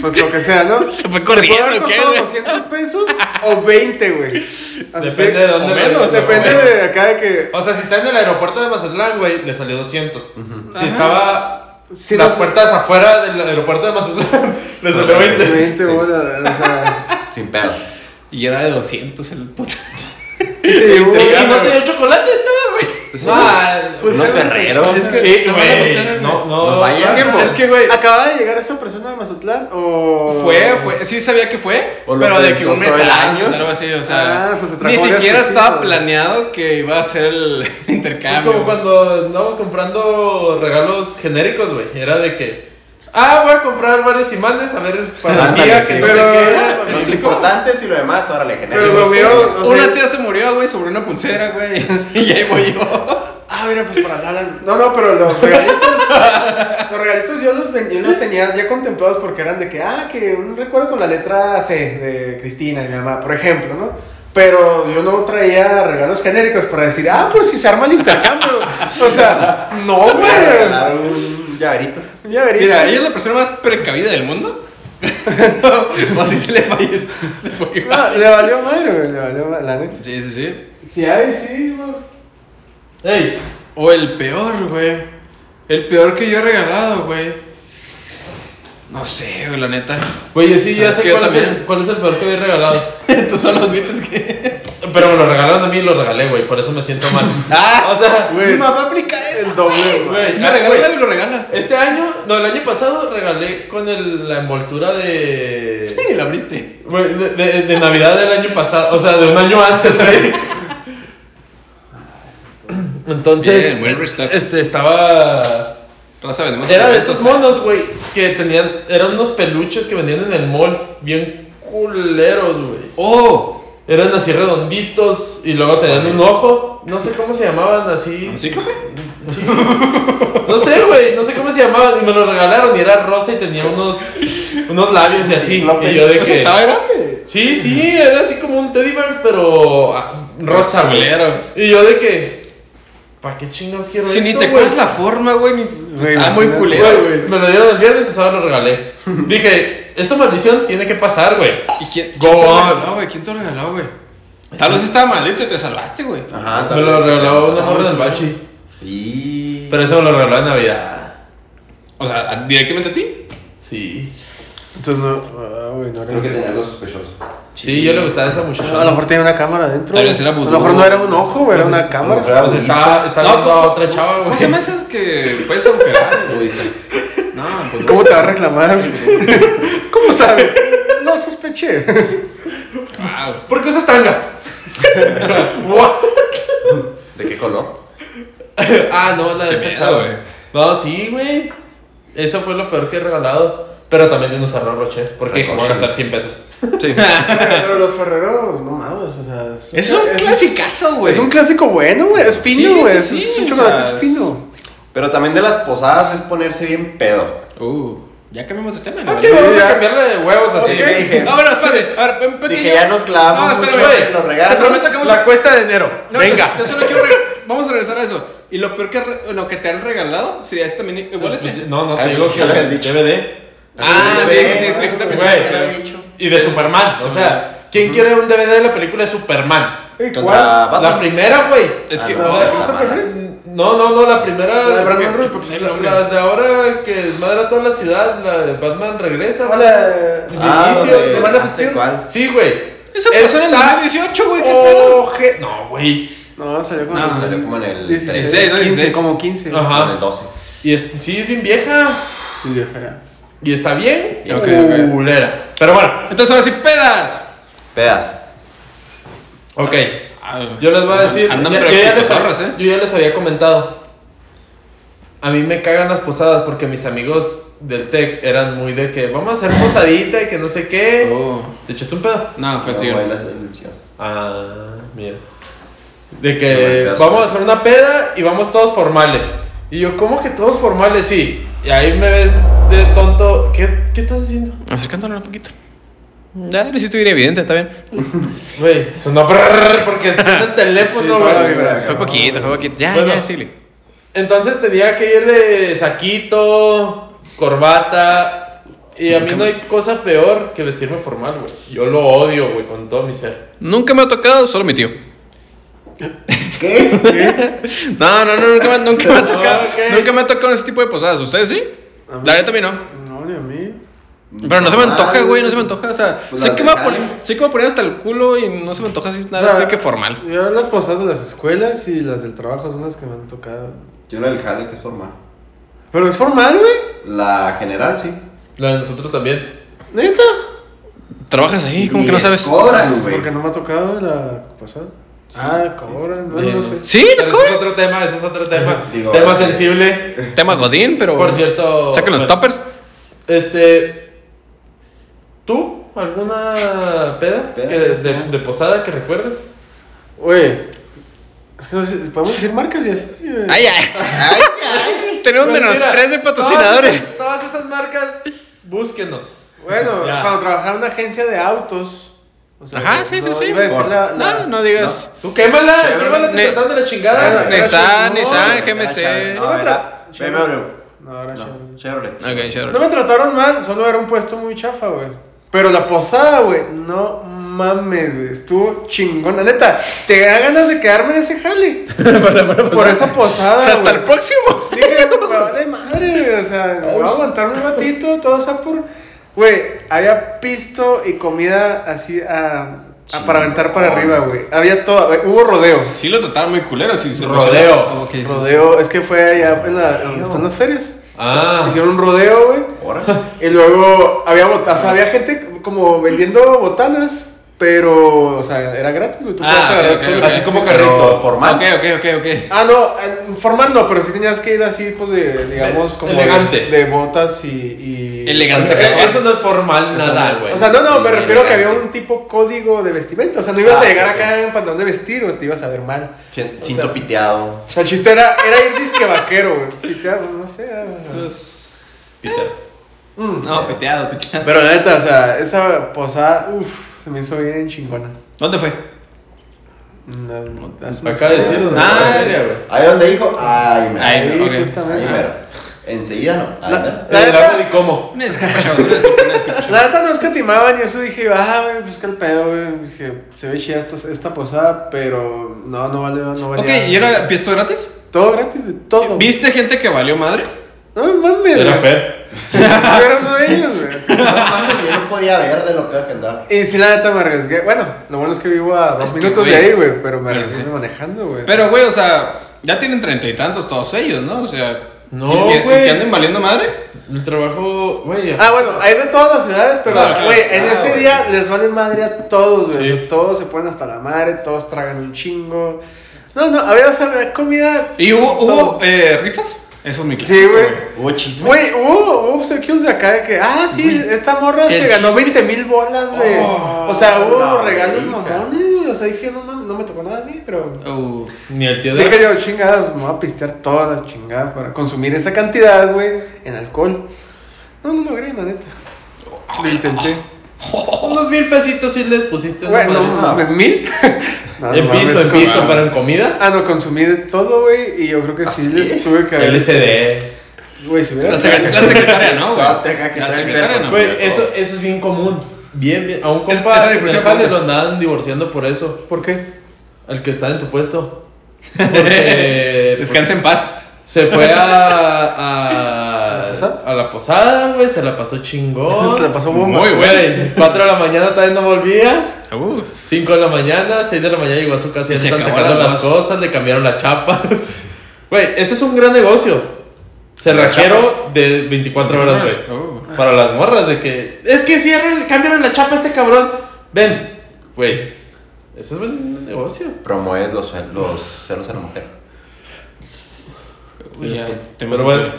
Speaker 4: Pues lo que sea, ¿no?
Speaker 3: Se fue
Speaker 4: ¿Te
Speaker 3: corriendo,
Speaker 4: pudo haber
Speaker 3: ¿qué,
Speaker 4: costado
Speaker 3: güey?
Speaker 4: 200 pesos o 20, güey. Así
Speaker 1: Depende
Speaker 4: se-
Speaker 1: de dónde
Speaker 4: o
Speaker 1: lo
Speaker 4: menos,
Speaker 1: hagas,
Speaker 4: Depende
Speaker 1: güey.
Speaker 4: de acá de que.
Speaker 1: O sea, si está en el aeropuerto de Mazatlán, güey, le salió 200. Si estaba
Speaker 4: Si
Speaker 1: las
Speaker 4: no-
Speaker 1: puertas afuera del aeropuerto de Mazatlán, le salió 20.
Speaker 4: 20 bolas, o sea.
Speaker 2: Sin pedos.
Speaker 3: Y era de 200 el puto.
Speaker 4: y te llevó-
Speaker 1: Y no tenía chocolates, ¿no, güey. Ah,
Speaker 4: Pues,
Speaker 2: Unos
Speaker 4: sí,
Speaker 2: ferreros.
Speaker 3: es que-
Speaker 1: sí,
Speaker 3: no vas a pensar
Speaker 1: güey.
Speaker 3: en-
Speaker 1: No, no,
Speaker 2: No falla.
Speaker 4: Tiempo.
Speaker 3: Es que, güey,
Speaker 4: ¿Acaba de llegar esa persona de Mazatlán o...?
Speaker 3: fue, fue. Sí sabía que fue,
Speaker 2: O lo
Speaker 3: pero de que
Speaker 2: pensó
Speaker 3: un mes
Speaker 2: todo el
Speaker 3: antes,
Speaker 2: año.
Speaker 3: algo así, o sea.
Speaker 4: Ah, o sea, se trajo
Speaker 3: ni
Speaker 4: varias
Speaker 3: siquiera
Speaker 4: cositas,
Speaker 3: estaba
Speaker 4: güey.
Speaker 3: planeado que iba a hacer el
Speaker 1: Es
Speaker 3: intercambio.
Speaker 1: como
Speaker 3: güey.
Speaker 1: cuando andábamos comprando regalos genéricos, güey. Era de que, ah, voy a comprar varios imanes, a ver, para el
Speaker 2: Ándale,
Speaker 1: día
Speaker 2: sí.
Speaker 1: que no
Speaker 4: Pero-
Speaker 1: sé qué.
Speaker 2: Los
Speaker 3: ¿Explicó?
Speaker 2: importantes y lo demás, ahora le
Speaker 4: Pero lo veo... o sea,
Speaker 3: Una tía se murió, güey, sobre una pulsera, güey. Y ahí voy yo.
Speaker 4: Ah, mira, pues para Lalan.
Speaker 5: No, no, pero los regalitos.
Speaker 4: Los regalitos yo los, ven- yo los tenía ya contemplados porque eran de que, ah, que un recuerdo con la letra C de Cristina, mi mamá, por ejemplo, ¿no? Pero yo no traía regalos genéricos para decir, ah, pues si se arma el intercambio. o sea, no,
Speaker 2: Voy a
Speaker 4: güey.
Speaker 2: regalar un llaverito.
Speaker 4: Ya vería.
Speaker 3: Mira, ella es la persona más precavida del mundo. o así se le fallece. Se murió.
Speaker 4: No, Ah, le valió madre, güey, le valió madre, la neta.
Speaker 3: Sí, sí, sí.
Speaker 4: Si hay, sí, güey.
Speaker 1: Ey,
Speaker 3: O el peor, güey. El peor que yo he regalado, güey. No sé, güey, la neta.
Speaker 1: güey, yo sí ya
Speaker 3: Es
Speaker 1: sé
Speaker 3: que yo
Speaker 1: cuál es, el,
Speaker 3: también.
Speaker 1: cuál es el peor que había regalado.
Speaker 3: Tú solo admites que.
Speaker 1: Pero me lo regalaron a mí y lo regalé, güey, por eso me siento mal.
Speaker 3: Ah,
Speaker 1: o sea,
Speaker 4: Güey.
Speaker 3: Mi mamá aplica eso.
Speaker 4: El doble, güey.
Speaker 1: güey,
Speaker 3: Me
Speaker 1: ah,
Speaker 3: regala
Speaker 1: güey,
Speaker 3: algo y lo regala.
Speaker 1: Este año, no, el año pasado regalé con el- la envoltura de...
Speaker 3: Y la abriste.
Speaker 1: Güey, de, de- de Navidad del año pasado, o sea, de un año antes, güey. Entonces,
Speaker 3: Bien, buen restock.
Speaker 1: este estaba.
Speaker 3: Raza, vendemos.
Speaker 1: Era de
Speaker 3: productos,
Speaker 1: esos
Speaker 3: eh.
Speaker 1: monos, güey, que tenían. Eran unos peluches que vendían en el mall, bien culeros, güey.
Speaker 3: Oh,
Speaker 1: Eran así redonditos y luego tenían un ojo. No sé cómo se llamaban así.
Speaker 3: ¿un cíclope?
Speaker 1: Sí. No sé, güey, no sé cómo se llamaban. Y me lo regalaron y era rosa y tenía unos, unos labios y así.
Speaker 2: Cíclope.
Speaker 1: Y yo de
Speaker 3: Pues
Speaker 1: que.
Speaker 3: estaba grande.
Speaker 1: Sí, sí, era así como un teddy bear, pero ah, rosa, güey.
Speaker 3: Culero.
Speaker 1: Y yo de que, ¿para qué chingados quiero
Speaker 3: Si
Speaker 1: esto,
Speaker 3: ni te
Speaker 1: güey?
Speaker 3: acuerdas la forma, güey. ni- Estaba muy
Speaker 4: imagínate.
Speaker 3: culero, güey.
Speaker 1: Me lo dieron el viernes, el sábado lo regalé. Dije, esta maldición tiene que pasar, güey.
Speaker 3: ¿Y quién, quién
Speaker 1: Go
Speaker 3: te lo
Speaker 1: on.
Speaker 3: regaló, güey? ¿Quién te lo regaló, güey? Tal vez estaba maldito y te salvaste, güey.
Speaker 2: Ajá,
Speaker 1: Me
Speaker 2: Ah, tal
Speaker 1: lo
Speaker 2: vez.
Speaker 1: regaló una joven del bachi.
Speaker 2: Y.
Speaker 1: Pero eso me lo regaló en Navidad.
Speaker 3: O sea, ¿a- directamente a ti.
Speaker 1: Sí.
Speaker 4: Entonces no... Ah, güey, no era-
Speaker 2: Creo que tenía algo sospechoso.
Speaker 1: Sí, yo le gustaba a esa
Speaker 4: A lo
Speaker 1: muchacha.
Speaker 4: mejor tenía una cámara adentro.
Speaker 3: Tal vez era
Speaker 4: A lo
Speaker 3: vudú.
Speaker 4: mejor no era un ojo, güey, era una cámara.
Speaker 2: mejor era
Speaker 1: Pues está, está
Speaker 3: No,
Speaker 1: viendo a
Speaker 3: ¿cómo-
Speaker 1: otra chava,
Speaker 3: ¿Cómo se llama
Speaker 1: güey.
Speaker 3: esas que puedes operar?
Speaker 2: Budista.
Speaker 3: No, pues
Speaker 4: ¿Cómo te va a reclamar? ¿Cómo sabes? No sospeché.
Speaker 3: wow.
Speaker 1: ¿Por qué usas tanga? What?
Speaker 2: ¿De qué color?
Speaker 1: Ah, no, la de
Speaker 3: Qué
Speaker 1: esta
Speaker 3: miedo,
Speaker 1: chava.
Speaker 3: güey.
Speaker 1: No, sí, güey. Eso fue lo peor que he regalado. Pero también de nos Ferrero Rocher, porque dije, voy a
Speaker 2: Rocher.
Speaker 1: gastar 100 pesos.
Speaker 4: Pero los ferreros, no mames, o sea. Es,
Speaker 3: Es un clasicazo, güey.
Speaker 4: Es un clásico bueno, güey. Es fino,
Speaker 3: Sí,
Speaker 4: güey.
Speaker 3: sí,
Speaker 4: es-
Speaker 3: sí,
Speaker 4: es un
Speaker 3: o
Speaker 4: chocolate
Speaker 3: sea, es-
Speaker 4: fino.
Speaker 2: Pero también de las posadas es ponerse bien pedo.
Speaker 3: Uh, ya cambiamos de tema, ¿no?
Speaker 1: Ok, vamos
Speaker 4: ya.
Speaker 1: a cambiarle de huevos así.
Speaker 2: Ok. dije.
Speaker 3: No, bueno, espérate. A ver, un pequeño.
Speaker 2: Dije, ya nos clavamos
Speaker 3: No,
Speaker 2: mucho
Speaker 3: espérame, güey.
Speaker 2: en los
Speaker 3: Te
Speaker 2: regalos.
Speaker 3: prometo que vamos a-
Speaker 1: La cuesta de enero.
Speaker 3: No,
Speaker 1: Venga.
Speaker 3: Yo, yo solo quiero. re- Vamos a regresar a eso. Y lo peor que, re- lo que te han regalado sería este también. Igual ese.
Speaker 1: No, no,
Speaker 2: Ah,
Speaker 1: te digo
Speaker 2: pensé
Speaker 1: que
Speaker 2: que lo habías dicho.
Speaker 1: DVD.
Speaker 3: Ah, sí,
Speaker 2: Güey,
Speaker 3: sí, sí, es que dijiste al
Speaker 2: güey.
Speaker 3: principio que lo había
Speaker 1: Y de Superman. O sea, ¿quién quiere un DVD de la película de Superman?
Speaker 4: ¿Y
Speaker 2: Contra
Speaker 4: cuál?
Speaker 1: La
Speaker 2: Batman.
Speaker 1: primera, güey.
Speaker 3: Es que.
Speaker 2: Ah, no,
Speaker 3: oh,
Speaker 2: esa
Speaker 3: es-
Speaker 2: está mala.
Speaker 1: No, no, no, la primera.
Speaker 4: La de Brandon
Speaker 1: porque-
Speaker 4: Routh.
Speaker 1: porque sí, Las de ahora que desmadra toda la ciudad, la de Batman regresa. güey.
Speaker 4: Hola.
Speaker 2: Ah,
Speaker 1: Inicio,
Speaker 2: güey,
Speaker 1: ¿te manda
Speaker 2: ya sé
Speaker 1: gestión?
Speaker 2: cuál.
Speaker 1: Sí, güey.
Speaker 3: Eso pasó pues en el
Speaker 1: Está-
Speaker 3: 2018, güey. qué pedo.
Speaker 1: Oje. No, güey.
Speaker 4: No, salió como.
Speaker 3: No,
Speaker 2: salió como en el
Speaker 3: 16, ¿no? 16.
Speaker 4: como 15.
Speaker 1: Ajá.
Speaker 2: Con el 12.
Speaker 1: Y es, sí, es bien vieja.
Speaker 4: Y yo, ajá.
Speaker 1: Y está bien.
Speaker 2: Ok,
Speaker 3: ok.
Speaker 1: Culera. Pero bueno.
Speaker 3: Entonces ahora sí, pedas.
Speaker 2: Pedas.
Speaker 1: Ok. Yo les voy a decir.
Speaker 3: Andan
Speaker 1: ya-
Speaker 3: pero
Speaker 1: yo, ya les,
Speaker 3: psicotorros, ¿eh?
Speaker 1: yo ya les había comentado. A mí me cagan las posadas porque mis amigos del tech eran muy de que vamos a hacer posadita y que no sé qué.
Speaker 3: Oh.
Speaker 1: ¿Te echaste un pedo?
Speaker 3: No, Ah, fue
Speaker 2: Luego
Speaker 3: el siguiente.
Speaker 2: bailas el sillón.
Speaker 1: Ah, mira. De
Speaker 2: No, el
Speaker 1: que
Speaker 2: pedazo
Speaker 1: vamos a
Speaker 2: ese.
Speaker 1: hacer una peda y vamos todos formales. Y yo, ¿cómo que todos formales? Sí. Y ahí me ves de tonto. ¿Qué, qué estás haciendo?
Speaker 3: Acercándolo un poquito. Ya, lo hiciste bien evidente, está bien.
Speaker 1: Güey, sonó brrrr porque suena el teléfono,
Speaker 2: Sí,
Speaker 1: güey.
Speaker 2: sí, güey.
Speaker 3: Fue poquito, fue poquito. Ya,
Speaker 1: Bueno.
Speaker 3: ya, sí.
Speaker 1: Entonces tenía que ir de saquito, corbata. Y a mí no hay cosa peor que vestirme formal, güey. Yo lo odio, güey, con todo mi ser.
Speaker 3: Nunca me ha tocado, solo mi tío.
Speaker 2: ¿Qué?
Speaker 3: No, no, no, nunca, me- nunca me ha tocado.
Speaker 1: Ok.
Speaker 3: Nunca me ha tocado ese tipo de posadas. ¿Ustedes sí? La neta a mí no.
Speaker 4: No, ni a mí.
Speaker 3: Pero no se me
Speaker 2: Ah,
Speaker 3: antoja, güey, no se me antoja. O sea,
Speaker 2: Pues
Speaker 3: sé
Speaker 2: las
Speaker 3: que,
Speaker 2: de
Speaker 3: me voy a
Speaker 2: jale.
Speaker 3: poner, sé que me voy a poner hasta el culo y no se me antoja así nada,
Speaker 4: O sea,
Speaker 3: sé que formal.
Speaker 4: Yo las posadas de las escuelas y las del trabajo son las que me han tocado.
Speaker 2: Yo la del jale, que es formal.
Speaker 4: Pero es formal, güey.
Speaker 2: La general, sí.
Speaker 1: La de nosotros también.
Speaker 4: Neta.
Speaker 3: ¿Trabajas ahí? ¿Cómo
Speaker 2: Y
Speaker 3: que no
Speaker 2: les
Speaker 3: sabes?
Speaker 2: Cobran, güey.
Speaker 4: Porque no me ha tocado la pasada. ah, cobran. Bueno, no sé.
Speaker 3: Sí, los
Speaker 1: Pero Eso es
Speaker 3: cobran.
Speaker 1: otro tema, eso es otro tema.
Speaker 2: Digo,
Speaker 1: tema
Speaker 2: este-
Speaker 1: sensible.
Speaker 3: Tema Godín, pero.
Speaker 1: Por cierto.
Speaker 3: Saquen los
Speaker 1: bueno,
Speaker 3: toppers.
Speaker 1: Este. ¿Tú? ¿Alguna peda?
Speaker 2: Peda.
Speaker 1: que- de, de posada que recuerdes?
Speaker 4: Güey. Es que no sé, podemos decir marcas y así. güey?
Speaker 3: Ay, ay. Tenemos
Speaker 1: Pues
Speaker 3: menos
Speaker 1: mira,
Speaker 3: tres de
Speaker 1: Todas
Speaker 3: patrocinadores.
Speaker 1: esas, todas esas marcas, búsquenos.
Speaker 4: Bueno,
Speaker 1: Ya.
Speaker 4: cuando trabajaba en una agencia de autos. o sea,
Speaker 3: Ajá, sí, sí,
Speaker 4: no,
Speaker 3: sí.
Speaker 4: iba a decir
Speaker 2: Ford.
Speaker 4: la- la-
Speaker 3: No, no digas.
Speaker 1: Tú quémala,
Speaker 2: Chevrolet.
Speaker 1: quémala te
Speaker 3: Ne-
Speaker 1: tratando de la
Speaker 4: Ah,
Speaker 1: chingada.
Speaker 4: ne-
Speaker 3: Nissan,
Speaker 4: no,
Speaker 3: Nissan,
Speaker 4: no,
Speaker 3: Ah, GMC.
Speaker 2: Ah, No, era BMW.
Speaker 4: No, ahora
Speaker 2: No,
Speaker 4: Chevrolet.
Speaker 2: Chevrolet.
Speaker 3: Ok, Shadow.
Speaker 4: No me trataron mal, solo era un puesto muy chafa, güey. Pero la posada, güey, no mames, güey. Estuvo chingona. Neta, te da ganas de quedarme en ese jale. Por esa posada.
Speaker 3: O sea, hasta
Speaker 4: Ah, güey.
Speaker 3: el próximo.
Speaker 4: Dije, "Me vale madre, güey, o sea, me voy a aguantar un ratito, todo sea por. Güey, había pisto y comida así a. a para aventar para arriba, güey. Había todo, güey, hubo rodeo.
Speaker 3: Sí, lo trataron muy culero. Sí, sí,
Speaker 1: Rodeo.
Speaker 3: Ah, ok, sí, sí.
Speaker 4: Rodeo, es que fue allá en la, donde están las ferias.
Speaker 1: Ah,
Speaker 4: Hicieron un rodeo, güey.
Speaker 2: Ahora.
Speaker 4: Y luego había botas, había gente como vendiendo botanas, pero, o sea, era gratis, güey. Tú
Speaker 3: Ah,
Speaker 4: podías
Speaker 3: ok,
Speaker 4: agarrar
Speaker 3: ok,
Speaker 4: todo lo
Speaker 3: ok.
Speaker 4: que
Speaker 1: así como
Speaker 2: Pero
Speaker 1: carrito.
Speaker 2: formal.
Speaker 3: Ok, ok, ok, ok.
Speaker 4: Ah, no, en- formal no, pero sí tenías que ir así, pues de, digamos, como de-
Speaker 1: Elegante.
Speaker 4: de, botas y. y-
Speaker 3: Elegante,
Speaker 4: Bueno,
Speaker 1: eh, Eso, eso no es formal
Speaker 2: Eso
Speaker 1: nada,
Speaker 2: no es-
Speaker 1: güey.
Speaker 4: O sea, no, no,
Speaker 2: Sí,
Speaker 4: me refiero que había
Speaker 2: elegante.
Speaker 4: un tipo código de vestimenta. O sea, no ibas
Speaker 2: Ah,
Speaker 4: a llegar
Speaker 2: ok,
Speaker 4: acá en pantalón de vestir, o te ibas a ver mal.
Speaker 2: Cien- Cinto piteado.
Speaker 4: O sea, el chiste era, era ir disque vaquero, güey. Y te- no sé. ah,
Speaker 3: Entonces,
Speaker 1: Peter.
Speaker 4: mm.
Speaker 3: No, piteado, piteado.
Speaker 4: Pero la neta, o sea, esa posada, uff, se me hizo bien chingona.
Speaker 3: ¿Dónde fue?
Speaker 4: No, no,
Speaker 1: Acá decirlo.
Speaker 3: Ah, sí.
Speaker 1: güey.
Speaker 2: ¿Ahí dónde dijo? Ay, mero.
Speaker 3: Ahí,
Speaker 4: Ahí,
Speaker 3: ok.
Speaker 4: justamente.
Speaker 2: Ahí, mero. Enseguida no. Ahí, mero.
Speaker 4: La
Speaker 1: Eh, El
Speaker 4: neta-
Speaker 1: lago de cómo.
Speaker 3: Una disculpa, chavos, una disculpa, una disculpa.
Speaker 4: La neta no escatimaban y eso dije, ah, güey, pues qué el pedo, güey. Dije, se ve chida esta, esta posada, pero no, no vale, no vale.
Speaker 3: Ok, ¿y era pisto gratis?
Speaker 4: Todo gratis, güey, todo.
Speaker 3: ¿Viste gente que valió madre?
Speaker 4: No mames,
Speaker 1: Era
Speaker 4: güey.
Speaker 1: Fer.
Speaker 4: Yo era uno de ellos, güey.
Speaker 2: No, mames, yo no podía ver de lo peor que andaba.
Speaker 4: Y sí, la neta me arriesgué. Bueno, lo bueno es que vivo a dos
Speaker 3: Es que,
Speaker 4: minutos de
Speaker 3: güey,
Speaker 4: ahí, güey, pero me
Speaker 3: pero
Speaker 4: arriesgué
Speaker 3: sí.
Speaker 4: manejando, güey.
Speaker 3: Pero, güey, o sea, ya tienen treinta y tantos todos ellos, ¿no? O sea,
Speaker 1: No,
Speaker 3: ¿y que- y
Speaker 1: güey.
Speaker 3: que anden valiendo madre?
Speaker 1: El trabajo, güey.
Speaker 4: Ah, bueno, hay de todas las ciudades, pero,
Speaker 3: Claro, claro.
Speaker 4: güey, en
Speaker 2: Ah,
Speaker 4: ese
Speaker 2: güey.
Speaker 4: día les vale madre a todos, güey.
Speaker 1: Sí.
Speaker 4: O sea, todos se ponen hasta la madre, todos tragan un chingo. No, no, había, o sea, había comida.
Speaker 3: ¿Y hubo, hubo
Speaker 4: Todo.
Speaker 3: eh, rifas? Eso es mi
Speaker 4: Sí,
Speaker 3: clásico,
Speaker 4: güey.
Speaker 2: Hubo chisme.
Speaker 4: Güey, hubo, hubo obsequios de acá de que, ah, sí, esta morra
Speaker 3: el
Speaker 4: se ganó
Speaker 3: chisme.
Speaker 4: 20 mil bolas, güey.
Speaker 2: Oh,
Speaker 4: o sea, hubo
Speaker 2: la
Speaker 4: regalos
Speaker 2: hija.
Speaker 4: mamones. O sea, dije, no mames, no me tocó nada a mí, pero.
Speaker 3: Uh,
Speaker 1: Ni el tío
Speaker 4: Dije
Speaker 1: de.
Speaker 4: yo, chingada, pues, me voy a pistear toda la chingada para consumir esa cantidad, güey, en alcohol. No, no logré, la neta. Lo intenté.
Speaker 1: "Oh, Unos mil pesitos sí les pusiste. una
Speaker 4: Güey, no
Speaker 1: madre.
Speaker 4: mames, ¿mil? No,
Speaker 1: En
Speaker 4: no mames,
Speaker 1: piso, en
Speaker 4: con-
Speaker 1: piso, pero en comida.
Speaker 4: Ah, no, consumí de todo, güey, y yo creo que sí
Speaker 2: ¿Así?
Speaker 4: les tuve que haber...
Speaker 1: LCD.
Speaker 4: Güey, si hubiera...
Speaker 3: la, secre- la secretaria, ¿no? güey?
Speaker 2: Sote, acá que
Speaker 3: La
Speaker 2: está
Speaker 3: secretaria,
Speaker 2: enfermo.
Speaker 3: no.
Speaker 1: Güey,
Speaker 2: güey,
Speaker 1: eso,
Speaker 2: todo.
Speaker 1: eso es bien común. Bien, bien. A un
Speaker 3: Es-
Speaker 1: compa
Speaker 3: esa
Speaker 1: en el
Speaker 3: diferencia
Speaker 1: jale
Speaker 3: falta.
Speaker 1: lo andaban divorciando por eso.
Speaker 4: ¿Por qué?
Speaker 1: El que está en tu puesto. Porque, pues,
Speaker 3: Descansa en paz.
Speaker 1: se fue a. a
Speaker 4: ¿La posada?
Speaker 1: a la posada, güey. Se la pasó chingón.
Speaker 4: Se la pasó bomba.
Speaker 3: Muy
Speaker 1: Güey, 4 de la mañana todavía no volvía.
Speaker 3: Uf.
Speaker 1: 5 de la mañana, 6 de la mañana llegó a su casa y
Speaker 3: Y
Speaker 1: ya
Speaker 3: se
Speaker 1: están
Speaker 3: acabó
Speaker 1: sacando
Speaker 3: las
Speaker 1: las
Speaker 3: dos.
Speaker 1: cosas, le cambiaron las chapas. Güey, ese es un gran negocio. Cerrajero de 24 horas, güey.
Speaker 3: Oh.
Speaker 1: Para las morras, de que. Es que cierran, cambiaron la chapa a este cabrón. Ven, güey. Ese es buen negocio.
Speaker 2: Promueves los, cel- los celos a la mujer.
Speaker 3: Uy, ya, temas
Speaker 1: Pero bueno.
Speaker 3: sensibles.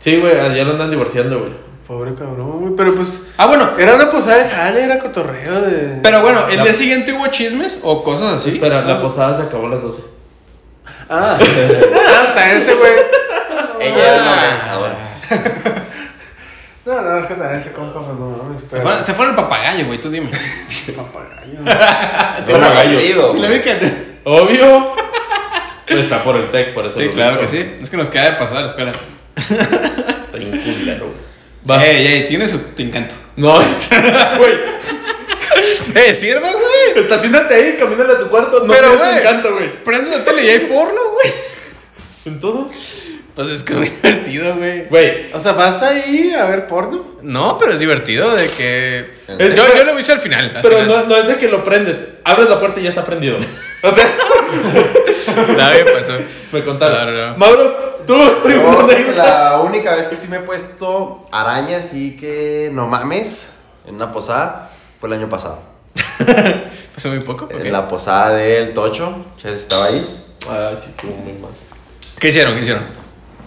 Speaker 1: Sí, güey, allá lo andan divorciando, güey.
Speaker 4: Pobre cabrón, güey, pero pues...
Speaker 3: Ah, bueno.
Speaker 4: Era una posada de jale, era cotorreo de...
Speaker 3: Pero bueno, ¿el día siguiente hubo chismes o cosas así?
Speaker 1: Espera, la posada se acabó a las 12.
Speaker 4: Ah, ah, hasta ese, güey.
Speaker 2: Ella es la organizadora.
Speaker 4: No, no, es que también ese compa, pues no mames.
Speaker 3: Se
Speaker 4: Pero...
Speaker 3: fue, se fue el papagayo, güey, tú dime.
Speaker 4: Papagayo.
Speaker 1: Ah,
Speaker 2: Suena
Speaker 1: papagayo.
Speaker 2: conocido, güey.
Speaker 3: ubican?
Speaker 1: Obvio. Pues está por el tech, por eso.
Speaker 3: Sí,
Speaker 1: lo
Speaker 3: claro que
Speaker 1: ubico.
Speaker 3: sí. Es que nos queda de pasada la escuela.
Speaker 1: Está bien culero, güey. Vas.
Speaker 3: Ey, ey, tiene su te encanto.
Speaker 1: No, es. Güey,
Speaker 3: Eh, sirve, güey.
Speaker 1: estacionate ahí, camínale a tu cuarto. No
Speaker 3: Pero,
Speaker 1: Pero,
Speaker 3: güey.
Speaker 1: me encanta, güey.
Speaker 3: Prende la tele y hay porno, güey.
Speaker 1: En todos.
Speaker 3: Pues es que es divertido, güey.
Speaker 1: Güey,
Speaker 4: O sea, vas ahí a ver porno.
Speaker 3: No, pero es divertido de que.
Speaker 1: Es-
Speaker 3: yo, yo lo hice al final. al
Speaker 1: pero
Speaker 3: final.
Speaker 1: no, no es de que lo prendes. Abres la puerta y ya está prendido. O sea,
Speaker 3: Nadie pasó.
Speaker 1: me contaron.
Speaker 3: No, no, no.
Speaker 1: Mauro, tú,
Speaker 2: Yo,
Speaker 1: una anécdota.
Speaker 2: la única vez que sí me he puesto araña, así que no mames, en una posada, fue el año pasado.
Speaker 3: Pasó muy poco. ok.
Speaker 2: En la posada del Tocho, Charles estaba ahí.
Speaker 3: Ah,
Speaker 1: Ay, sí, estuvo muy mal.
Speaker 3: ¿Qué hicieron? ¿Qué hicieron?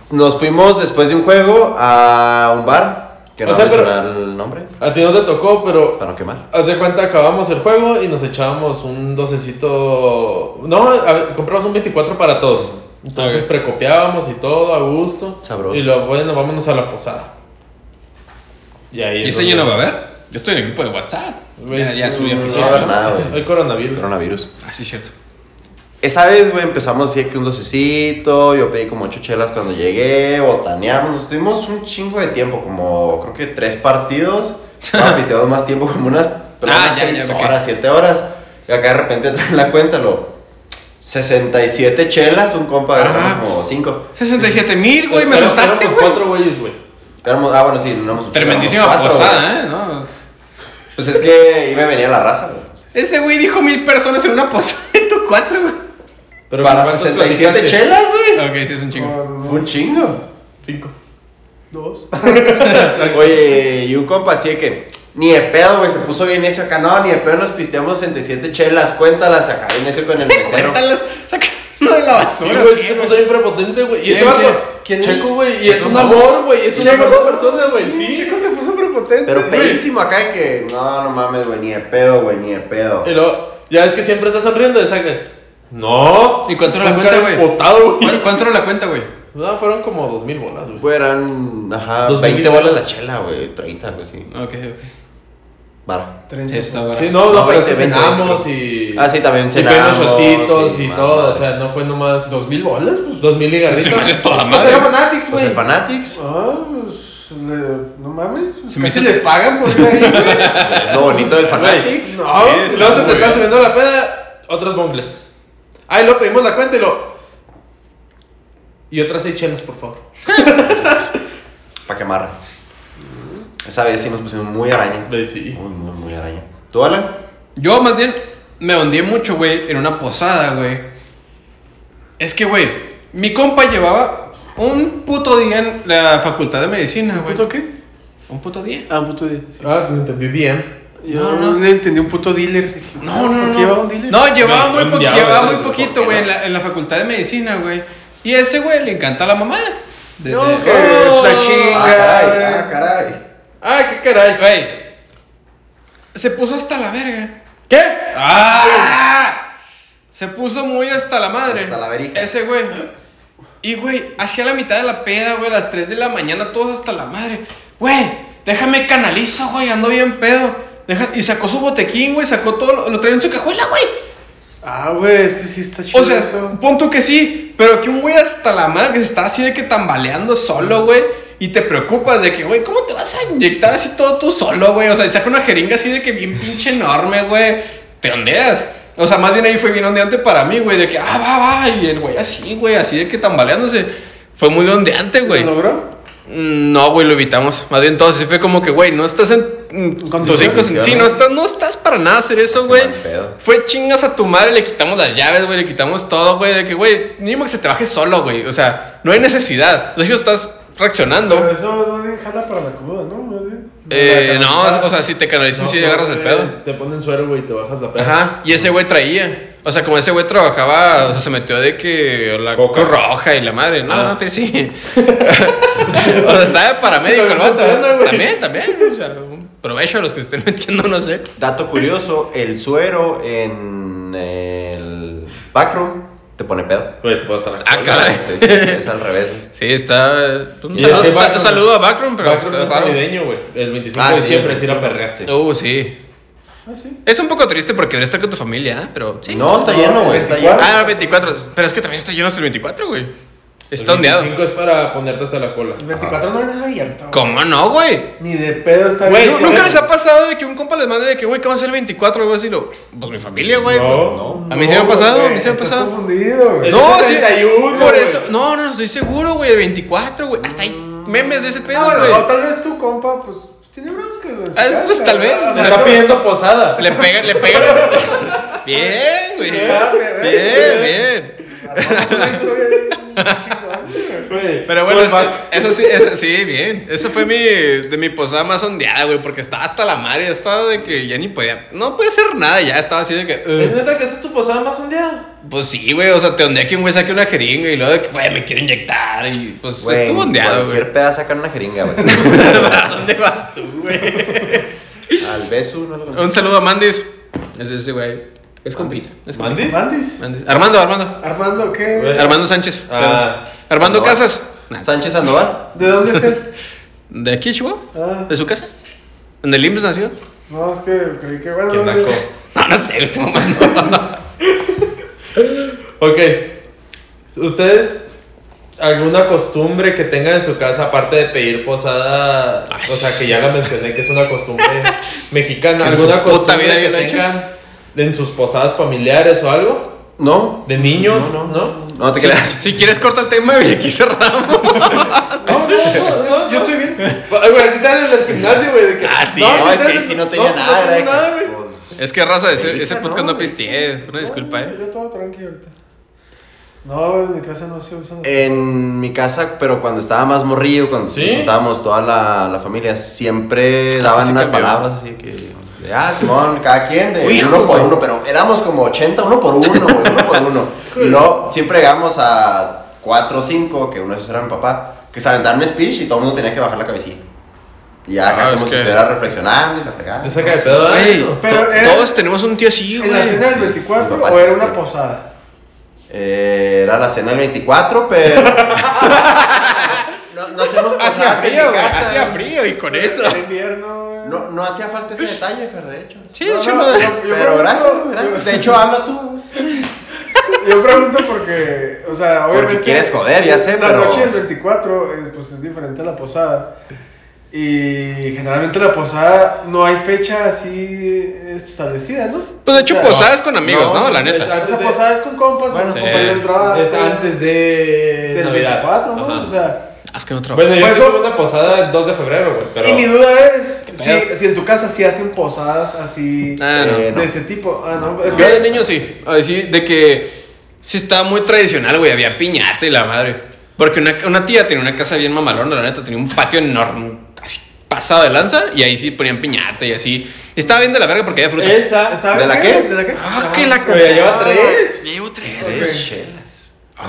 Speaker 2: Nos fuimos después de un juego a un bar, que no
Speaker 1: O sea,
Speaker 2: voy a
Speaker 1: pero-
Speaker 2: mencionar el nombre,
Speaker 1: A ti no te tocó, pero
Speaker 2: para no quemar.
Speaker 1: Haz de cuenta, acabamos el juego y nos echábamos un docecito. No, a ver, compramos un 24 para todos. Entonces
Speaker 3: Ok.
Speaker 1: precopiábamos y todo a gusto.
Speaker 2: Sabroso.
Speaker 1: Y luego, bueno, vámonos a la posada. Y ahí. es
Speaker 3: ¿Y ese año no
Speaker 1: donde-
Speaker 3: va a haber? Yo estoy en el grupo de WhatsApp.
Speaker 1: Güey,
Speaker 3: Ya, ya subí
Speaker 1: no,
Speaker 2: No va a
Speaker 3: oficial.
Speaker 2: haber nada, güey.
Speaker 1: Hay coronavirus.
Speaker 2: Coronavirus.
Speaker 3: Ah, sí, cierto.
Speaker 2: Esa vez, güey, empezamos así de que un docecito, yo pedí como ocho chelas cuando llegué, botaneamos, nos tuvimos un chingo de tiempo, como creo que tres partidos, estaba pisteado más tiempo, como unas, pero
Speaker 3: Ah,
Speaker 2: unas
Speaker 3: ya,
Speaker 2: seis
Speaker 3: ya, ok.
Speaker 2: horas, siete horas, y acá de repente traen la cuenta, lo 67 chelas, un compa,
Speaker 3: Ajá.
Speaker 2: éramos como cinco,
Speaker 3: 67 mil, güey. Me
Speaker 1: Éramos-
Speaker 3: asustaste,
Speaker 1: éramos
Speaker 3: güey.
Speaker 1: cuatro güeyes, güey.
Speaker 2: éramos, ah, bueno, sí, no éramos ocho,
Speaker 3: Tremendísima
Speaker 2: éramos cuatro, güey.
Speaker 3: posada, ¿eh? No.
Speaker 2: Pues es que iba a venir la raza, güey.
Speaker 3: Ese güey dijo mil personas en una posada y tú cuatro, güey.
Speaker 1: Pero
Speaker 2: Para
Speaker 1: ¿cuántos
Speaker 2: 67
Speaker 1: platicaste?
Speaker 2: chelas, güey.
Speaker 3: Ok, sí, es un chingo.
Speaker 5: Con
Speaker 2: Fue un chingo.
Speaker 1: Cinco.
Speaker 5: dos.
Speaker 2: Oye, y un compa así de que, ni de pedo, güey, se puso bien necio acá. No, ni de pedo, nos pisteamos 67 chelas, cuéntalas acá, bien necio con el mesero.
Speaker 3: Cuéntalas, sacando de la
Speaker 1: Sí,
Speaker 3: basura.
Speaker 1: güey, se puso bien prepotente, güey. Y
Speaker 3: ¿Quién?
Speaker 1: ese vato,
Speaker 5: ¿Quién?
Speaker 1: Checo, güey, y
Speaker 5: Checo,
Speaker 1: es un
Speaker 5: no.
Speaker 1: amor, güey. Es una
Speaker 5: Checo.
Speaker 1: mejor persona, güey.
Speaker 5: Sí,
Speaker 1: Sí.
Speaker 5: Checo se puso prepotente.
Speaker 2: Pero
Speaker 5: güey.
Speaker 2: pedísimo acá de que, no, no mames, güey, ni de pedo, güey, ni de pedo.
Speaker 1: Y luego, ya es que siempre está sonriendo, esa que. No.
Speaker 3: ¿Y cuánto
Speaker 1: Es
Speaker 3: era la
Speaker 1: un
Speaker 3: cuenta,
Speaker 1: cara
Speaker 3: güey?
Speaker 1: botado, güey.
Speaker 3: ¿Cu- ¿Cuánto era la cuenta, güey?
Speaker 1: No, fueron como dos mil bolas, güey.
Speaker 2: Güey, eran, ajá,
Speaker 1: Dos
Speaker 2: 20
Speaker 1: mil
Speaker 2: bolas la chela, güey, 30, güey, sí.
Speaker 3: Ok, ok.
Speaker 2: Bar.
Speaker 5: Treinta.
Speaker 3: Sí, está barato.
Speaker 1: Sí, no, no,
Speaker 2: No,
Speaker 1: pero es
Speaker 2: 20,
Speaker 1: que
Speaker 2: 20,
Speaker 1: cenamos
Speaker 2: 20,
Speaker 1: y.
Speaker 2: Ah, sí, también
Speaker 1: Y comimos
Speaker 2: cenamos.
Speaker 1: shotcitos
Speaker 2: sí,
Speaker 1: y
Speaker 2: mamá,
Speaker 1: todo, o
Speaker 2: madre.
Speaker 1: sea, no fue nomás.
Speaker 5: ¿Dos mil bolas? Pues,
Speaker 1: Dos mil y garritas.
Speaker 3: Se me hace toda
Speaker 1: Pues,
Speaker 3: madre.
Speaker 1: era Fanatics,
Speaker 2: Pues
Speaker 1: güey.
Speaker 2: el Fanatics,
Speaker 5: Ah, pues, le- no mames. pues
Speaker 3: Se me
Speaker 5: casi
Speaker 3: hizo-
Speaker 5: les pagan por ir ahí, güey.
Speaker 2: es lo bonito del Fanatics.
Speaker 5: No,
Speaker 3: Sí,
Speaker 1: Ah, Y
Speaker 3: está
Speaker 1: luego se
Speaker 3: muy
Speaker 1: te está
Speaker 3: bien.
Speaker 1: subiendo la peda, otros bongles. Ahí lo pedimos la cuenta y lo. Y otras seis chelas, por favor.
Speaker 2: Pa' quemar. Esa vez sí nos pusimos muy araña.
Speaker 1: Ve, sí.
Speaker 2: Muy, muy, muy araña. ¿Tú, Alan?
Speaker 3: Yo más bien me hundí mucho, güey, en una posada, güey. Es que, güey, mi compa llevaba un puto día en la facultad de medicina, güey.
Speaker 4: ¿Puto qué?
Speaker 3: ¿Un puto día?
Speaker 4: Ah, un puto dealer.
Speaker 1: Ah, te entendí bien.
Speaker 4: Yo
Speaker 3: No,
Speaker 4: no,
Speaker 3: no.
Speaker 4: le entendí un puto dealer. Dije,
Speaker 3: No, no,
Speaker 4: ¿por
Speaker 3: no.
Speaker 4: qué llevaba un dealer?
Speaker 3: No, llevaba
Speaker 1: Me
Speaker 3: muy, po-
Speaker 1: cambiaba,
Speaker 3: llevaba
Speaker 1: güey,
Speaker 3: muy
Speaker 1: ¿por qué
Speaker 3: poquito, güey, en la, en la facultad de medicina, güey. Y a ese, güey, le encanta la mamada. Desde-
Speaker 4: No, que es
Speaker 3: Oh.
Speaker 4: la
Speaker 2: Ah,
Speaker 4: chinga.
Speaker 2: caray,
Speaker 4: güey.
Speaker 2: ah, caray.
Speaker 1: Ah, qué caray.
Speaker 3: Güey, se puso hasta la verga.
Speaker 1: ¿Qué?
Speaker 3: ¡Ah! Se puso muy hasta la madre.
Speaker 2: Hasta la verija.
Speaker 3: Ese güey. Y güey, hacia la mitad de la peda, güey, a las 3 de la mañana, todos hasta la madre. Güey, déjame canalizo, güey, ando bien pedo. Deja- y sacó su botequín, güey, sacó todo, lo, lo traía en su cajuela, güey.
Speaker 4: Ah, güey, es que sí está chido.
Speaker 3: O sea,
Speaker 4: eso.
Speaker 3: pon tú que sí, pero que un güey hasta la madre que se está así de que tambaleando solo, güey. Y te preocupas de que, güey, ¿cómo te vas a inyectar así todo tú solo, güey? O sea, y saca una jeringa así de que bien pinche enorme, güey. Te ondeas. O sea, más bien ahí fue bien ondeante para mí, güey. De que, ah, va, va. Y el güey así, güey, así de que tambaleándose. Fue muy ondeante, güey.
Speaker 4: ¿Lo logró?
Speaker 3: Mm, No, güey, lo evitamos. Más bien todo sí fue como que, güey, no estás en mm,
Speaker 4: Con
Speaker 3: tus
Speaker 4: tus
Speaker 3: cinco.
Speaker 2: condiciones.
Speaker 3: Sí, no estás, no estás para nada hacer eso, güey.
Speaker 2: mal pedo.
Speaker 3: Fue chingas a tu madre, le quitamos las llaves, güey, le quitamos todo, güey. De que, güey, mínimo que se te baje solo, güey. O sea, no hay necesidad. De hecho, estás
Speaker 5: Pero
Speaker 3: reaccionando.
Speaker 5: eso es más bien jala para la cruda, ¿no? Más bien.
Speaker 3: Eh,
Speaker 1: para
Speaker 3: no,
Speaker 1: canalizar.
Speaker 3: o sea, si te canalizan,
Speaker 1: No,
Speaker 3: si
Speaker 1: no,
Speaker 3: agarras el
Speaker 1: güey,
Speaker 3: pedo.
Speaker 1: Te ponen suero, güey, y te bajas la peda.
Speaker 3: Ajá, y ese güey traía. O sea, como ese güey trabajaba, o sea, se metió de que la
Speaker 1: Coca.
Speaker 3: coca roja y la madre. No,
Speaker 1: Ah.
Speaker 3: no, pues sí. o sea, estaba de paramédico
Speaker 1: Sí,
Speaker 3: el
Speaker 1: lo
Speaker 3: vato.
Speaker 1: funciona, güey.
Speaker 3: También, también. O sea, un provecho a los que estén metiendo, no sé.
Speaker 2: Dato curioso, el suero en el backroom te pone pedo.
Speaker 1: Güey, te puedo estar
Speaker 3: Ah, caray.
Speaker 2: Sí, sí, es al revés, güey.
Speaker 3: Sí, está. pues, un
Speaker 1: Y es
Speaker 3: saludo,
Speaker 1: que
Speaker 3: sa-
Speaker 1: Backroom-
Speaker 3: saludo a Backroom, pero
Speaker 1: Backroom
Speaker 3: está
Speaker 1: es
Speaker 3: raro.
Speaker 1: navideño, güey. El 25
Speaker 2: Ah,
Speaker 1: de
Speaker 2: sí,
Speaker 1: diciembre es ir a
Speaker 2: 25.
Speaker 1: perrear.
Speaker 2: Sí.
Speaker 3: Uh, sí.
Speaker 4: Ah, sí.
Speaker 3: Es un poco triste porque deberías estar con tu familia, ¿eh? pero sí.
Speaker 2: No, está lleno, güey. Está lleno.
Speaker 3: Ah, 24. Pero es que también está lleno hasta el 24, güey. Está ondeado.
Speaker 1: El 25 es para ponerte hasta la cola.
Speaker 4: El 24 no era nada abierto.
Speaker 3: ¿Cómo no, güey?
Speaker 4: Ni de pedo está
Speaker 1: Güey,
Speaker 4: abierto.
Speaker 1: sí,
Speaker 3: ¿Nunca
Speaker 1: güey.
Speaker 3: les ha pasado de que un compa les mande de que, güey, ¿qué va a ser el 24 o algo así? Lo, pues mi familia, güey.
Speaker 1: No.
Speaker 3: A mí sí me ha pasado,
Speaker 4: güey,
Speaker 3: a mí sí me ha
Speaker 4: estás
Speaker 3: pasado.
Speaker 4: confundido, güey.
Speaker 1: Es
Speaker 3: No,
Speaker 1: el
Speaker 3: sí.
Speaker 1: 31,
Speaker 3: Por
Speaker 1: güey.
Speaker 3: eso, no, no, estoy seguro, güey. El 24, güey. Hasta hay memes de ese pedo,
Speaker 4: Ah,
Speaker 3: güey.
Speaker 4: bueno, o tal vez tu compa, pues, tiene broncas, güey. en su
Speaker 3: Ah, pues,
Speaker 4: casa,
Speaker 3: tal
Speaker 4: güey.
Speaker 3: vez.
Speaker 4: O
Speaker 1: Se
Speaker 4: sea,
Speaker 1: está
Speaker 4: eso-
Speaker 1: pidiendo posada.
Speaker 3: Le pegan, le pegan. Bien, güey. Bien, bien.
Speaker 4: armamos una historia bien chingona, güey.
Speaker 3: Pero bueno,
Speaker 1: Pues,
Speaker 3: eso, eso sí, eso sí, bien. Eso fue mi, de mi posada más ondeada, güey, porque estaba hasta la madre, estaba de que ya ni podía, no podía hacer nada, ya estaba así de que,
Speaker 1: ¿Es
Speaker 3: "Ugh".
Speaker 1: neta que esa es tu posada más ondeada?
Speaker 3: pues sí, güey, o sea, te ondea que un güey saque una jeringa y luego de que, güey, me quiero inyectar y pues
Speaker 2: Güey,
Speaker 3: estuvo ondeado, güey.
Speaker 2: Cualquier peda sacan una jeringa, güey.
Speaker 3: ¿A dónde vas tú, güey?
Speaker 2: Al beso, no lo
Speaker 3: Un saludo a Mandis. Es ese güey. Es compita. Es compita.
Speaker 1: ¿Mandis?
Speaker 4: Mandis.
Speaker 3: Mandis. Armando, Armando.
Speaker 4: Armando, ¿qué?
Speaker 1: Güey.
Speaker 3: Armando Sánchez.
Speaker 1: Ah.
Speaker 3: claro. Armando
Speaker 2: No.
Speaker 3: Casas. Nah,
Speaker 2: conozco. Sánchez Sandoval.
Speaker 4: ¿De dónde es él?
Speaker 3: ¿De aquí, Chihuahua?
Speaker 4: Ah.
Speaker 3: ¿De su casa? ¿Donde el IMSS nació?
Speaker 4: No, es que creí que, bueno,
Speaker 1: Qué
Speaker 4: ¿dónde?
Speaker 1: naco.
Speaker 3: No, no sé, estoy mamando.
Speaker 1: Ok. ¿Ustedes alguna costumbre que tengan en su casa aparte de pedir posada?
Speaker 3: Ay,
Speaker 1: o sea, que ya la mencioné que es una costumbre
Speaker 3: Que
Speaker 1: mexicana.
Speaker 3: en su
Speaker 1: ¿Alguna
Speaker 3: puta
Speaker 1: costumbre
Speaker 3: vida
Speaker 1: que
Speaker 3: yo la he hecho.
Speaker 1: tengan en sus posadas familiares o algo?
Speaker 2: No.
Speaker 1: ¿De niños?
Speaker 2: No,
Speaker 1: ¿No?
Speaker 2: no. No te
Speaker 3: Si,
Speaker 2: creas.
Speaker 3: si quieres corta el tema y aquí cerramos.
Speaker 1: No, no, no, yo estoy bien. Güey, así están en el gimnasio, güey. de que-
Speaker 3: Ah, sí.
Speaker 2: No, es
Speaker 1: ustedes-
Speaker 2: que ahí sí no tenía
Speaker 1: pues,
Speaker 2: nada,
Speaker 1: tenía
Speaker 2: era de que,
Speaker 1: nada, güey.
Speaker 2: pues,
Speaker 3: Es que raza, ese,
Speaker 2: Dedica,
Speaker 3: ese podcast no,
Speaker 4: güey.
Speaker 3: pisteé. Una disculpa,
Speaker 4: No,
Speaker 3: eh.
Speaker 4: Yo todo tranquilo ahorita. No, güey, en mi casa no se usan.
Speaker 3: Eh,
Speaker 2: En mi casa, pero cuando estaba más morrillo, cuando
Speaker 1: ¿Sí?
Speaker 2: nos juntábamos toda la, la familia, siempre daban
Speaker 3: sí
Speaker 2: unas
Speaker 3: cambió.
Speaker 2: palabras así que. de, ah, Simón, cada quien de
Speaker 3: Hijo,
Speaker 2: uno por
Speaker 3: güey.
Speaker 2: uno, pero éramos como 80, uno por uno, güey, uno por uno. Y luego siempre llegamos a 4 o 5, que uno de esos era mi papá, que se aventaron un speech y todo el mundo tenía que bajar la cabecilla. Y ya acá
Speaker 3: Ah, es
Speaker 2: como si
Speaker 3: que-
Speaker 2: estuviera reflexionando y la fregada.
Speaker 1: Te saca de pedo, ¿verdad?
Speaker 3: Güey,
Speaker 1: Eso.
Speaker 4: Pero
Speaker 3: to-
Speaker 4: era-
Speaker 3: todos tenemos un tío así,
Speaker 4: ¿En la
Speaker 3: güey.
Speaker 4: cena del 24
Speaker 2: Mi papá
Speaker 4: o
Speaker 2: sí
Speaker 4: era
Speaker 2: se
Speaker 4: una
Speaker 2: fue.
Speaker 4: posada?
Speaker 2: Eh, era la cena del 24, pero. no, no hacemos
Speaker 3: Hacía
Speaker 2: posadas en mi
Speaker 3: frío, güey.
Speaker 2: casa.
Speaker 3: Hacía frío y con eso.
Speaker 4: En invierno, güey.
Speaker 2: No, no hacía falta ese detalle, Fer, de hecho.
Speaker 3: Sí,
Speaker 4: No,
Speaker 3: de hecho,
Speaker 4: no,
Speaker 3: no.
Speaker 4: yo- yo
Speaker 2: Pero
Speaker 4: pregunto-
Speaker 2: gracias, gracias. De hecho, habla tú. güey.
Speaker 4: Yo pregunto porque, o sea,
Speaker 2: Porque
Speaker 4: obviamente.
Speaker 2: quieres joder, ya sé,
Speaker 4: La
Speaker 2: pero-
Speaker 4: noche del 24, eh, pues es diferente a la posada. Y generalmente la posada no hay fecha así establecida, ¿no?
Speaker 3: Pues de hecho,
Speaker 4: O sea,
Speaker 3: posadas con amigos, ¿no?
Speaker 1: no,
Speaker 3: La
Speaker 1: es
Speaker 3: neta.
Speaker 1: antes
Speaker 4: O sea,
Speaker 1: de-
Speaker 4: posadas con compas,
Speaker 2: Bueno,
Speaker 4: con
Speaker 1: pues,
Speaker 3: sí.
Speaker 4: compañeros de trabajo.
Speaker 1: Es antes de
Speaker 4: del
Speaker 1: Navidad.
Speaker 4: 24, ¿no?
Speaker 1: Ajá.
Speaker 4: O sea,
Speaker 3: Haz que no trabajo.
Speaker 1: bueno, yo
Speaker 4: Pues
Speaker 1: estuve
Speaker 4: eso-
Speaker 1: en una posada el 2 de febrero, güey. Pero...
Speaker 4: y mi duda es si,
Speaker 3: pedo?
Speaker 4: si en tu casa sí hacen posadas así
Speaker 3: Ah, no.
Speaker 2: Eh,
Speaker 4: de ese tipo. Ah, no, es
Speaker 3: Yo de
Speaker 4: que
Speaker 3: niño sí. Así de que sí estaba muy tradicional, güey. Había piñata y la madre. Porque una, una tía tenía una casa bien mamalona, la neta. Tenía un patio enorme, así pasado de lanza. Y ahí sí ponían piñata y así. Estaba bien de la verga porque había fruta.
Speaker 1: Esa.
Speaker 4: ¿Estaba
Speaker 2: ¿De la
Speaker 4: bien?
Speaker 2: qué?
Speaker 4: ¿De la qué?
Speaker 3: Ah, que la
Speaker 1: Pero ya lleva tres.
Speaker 3: Ya llevo tres.
Speaker 4: Ok.
Speaker 3: eh.
Speaker 2: Chelas.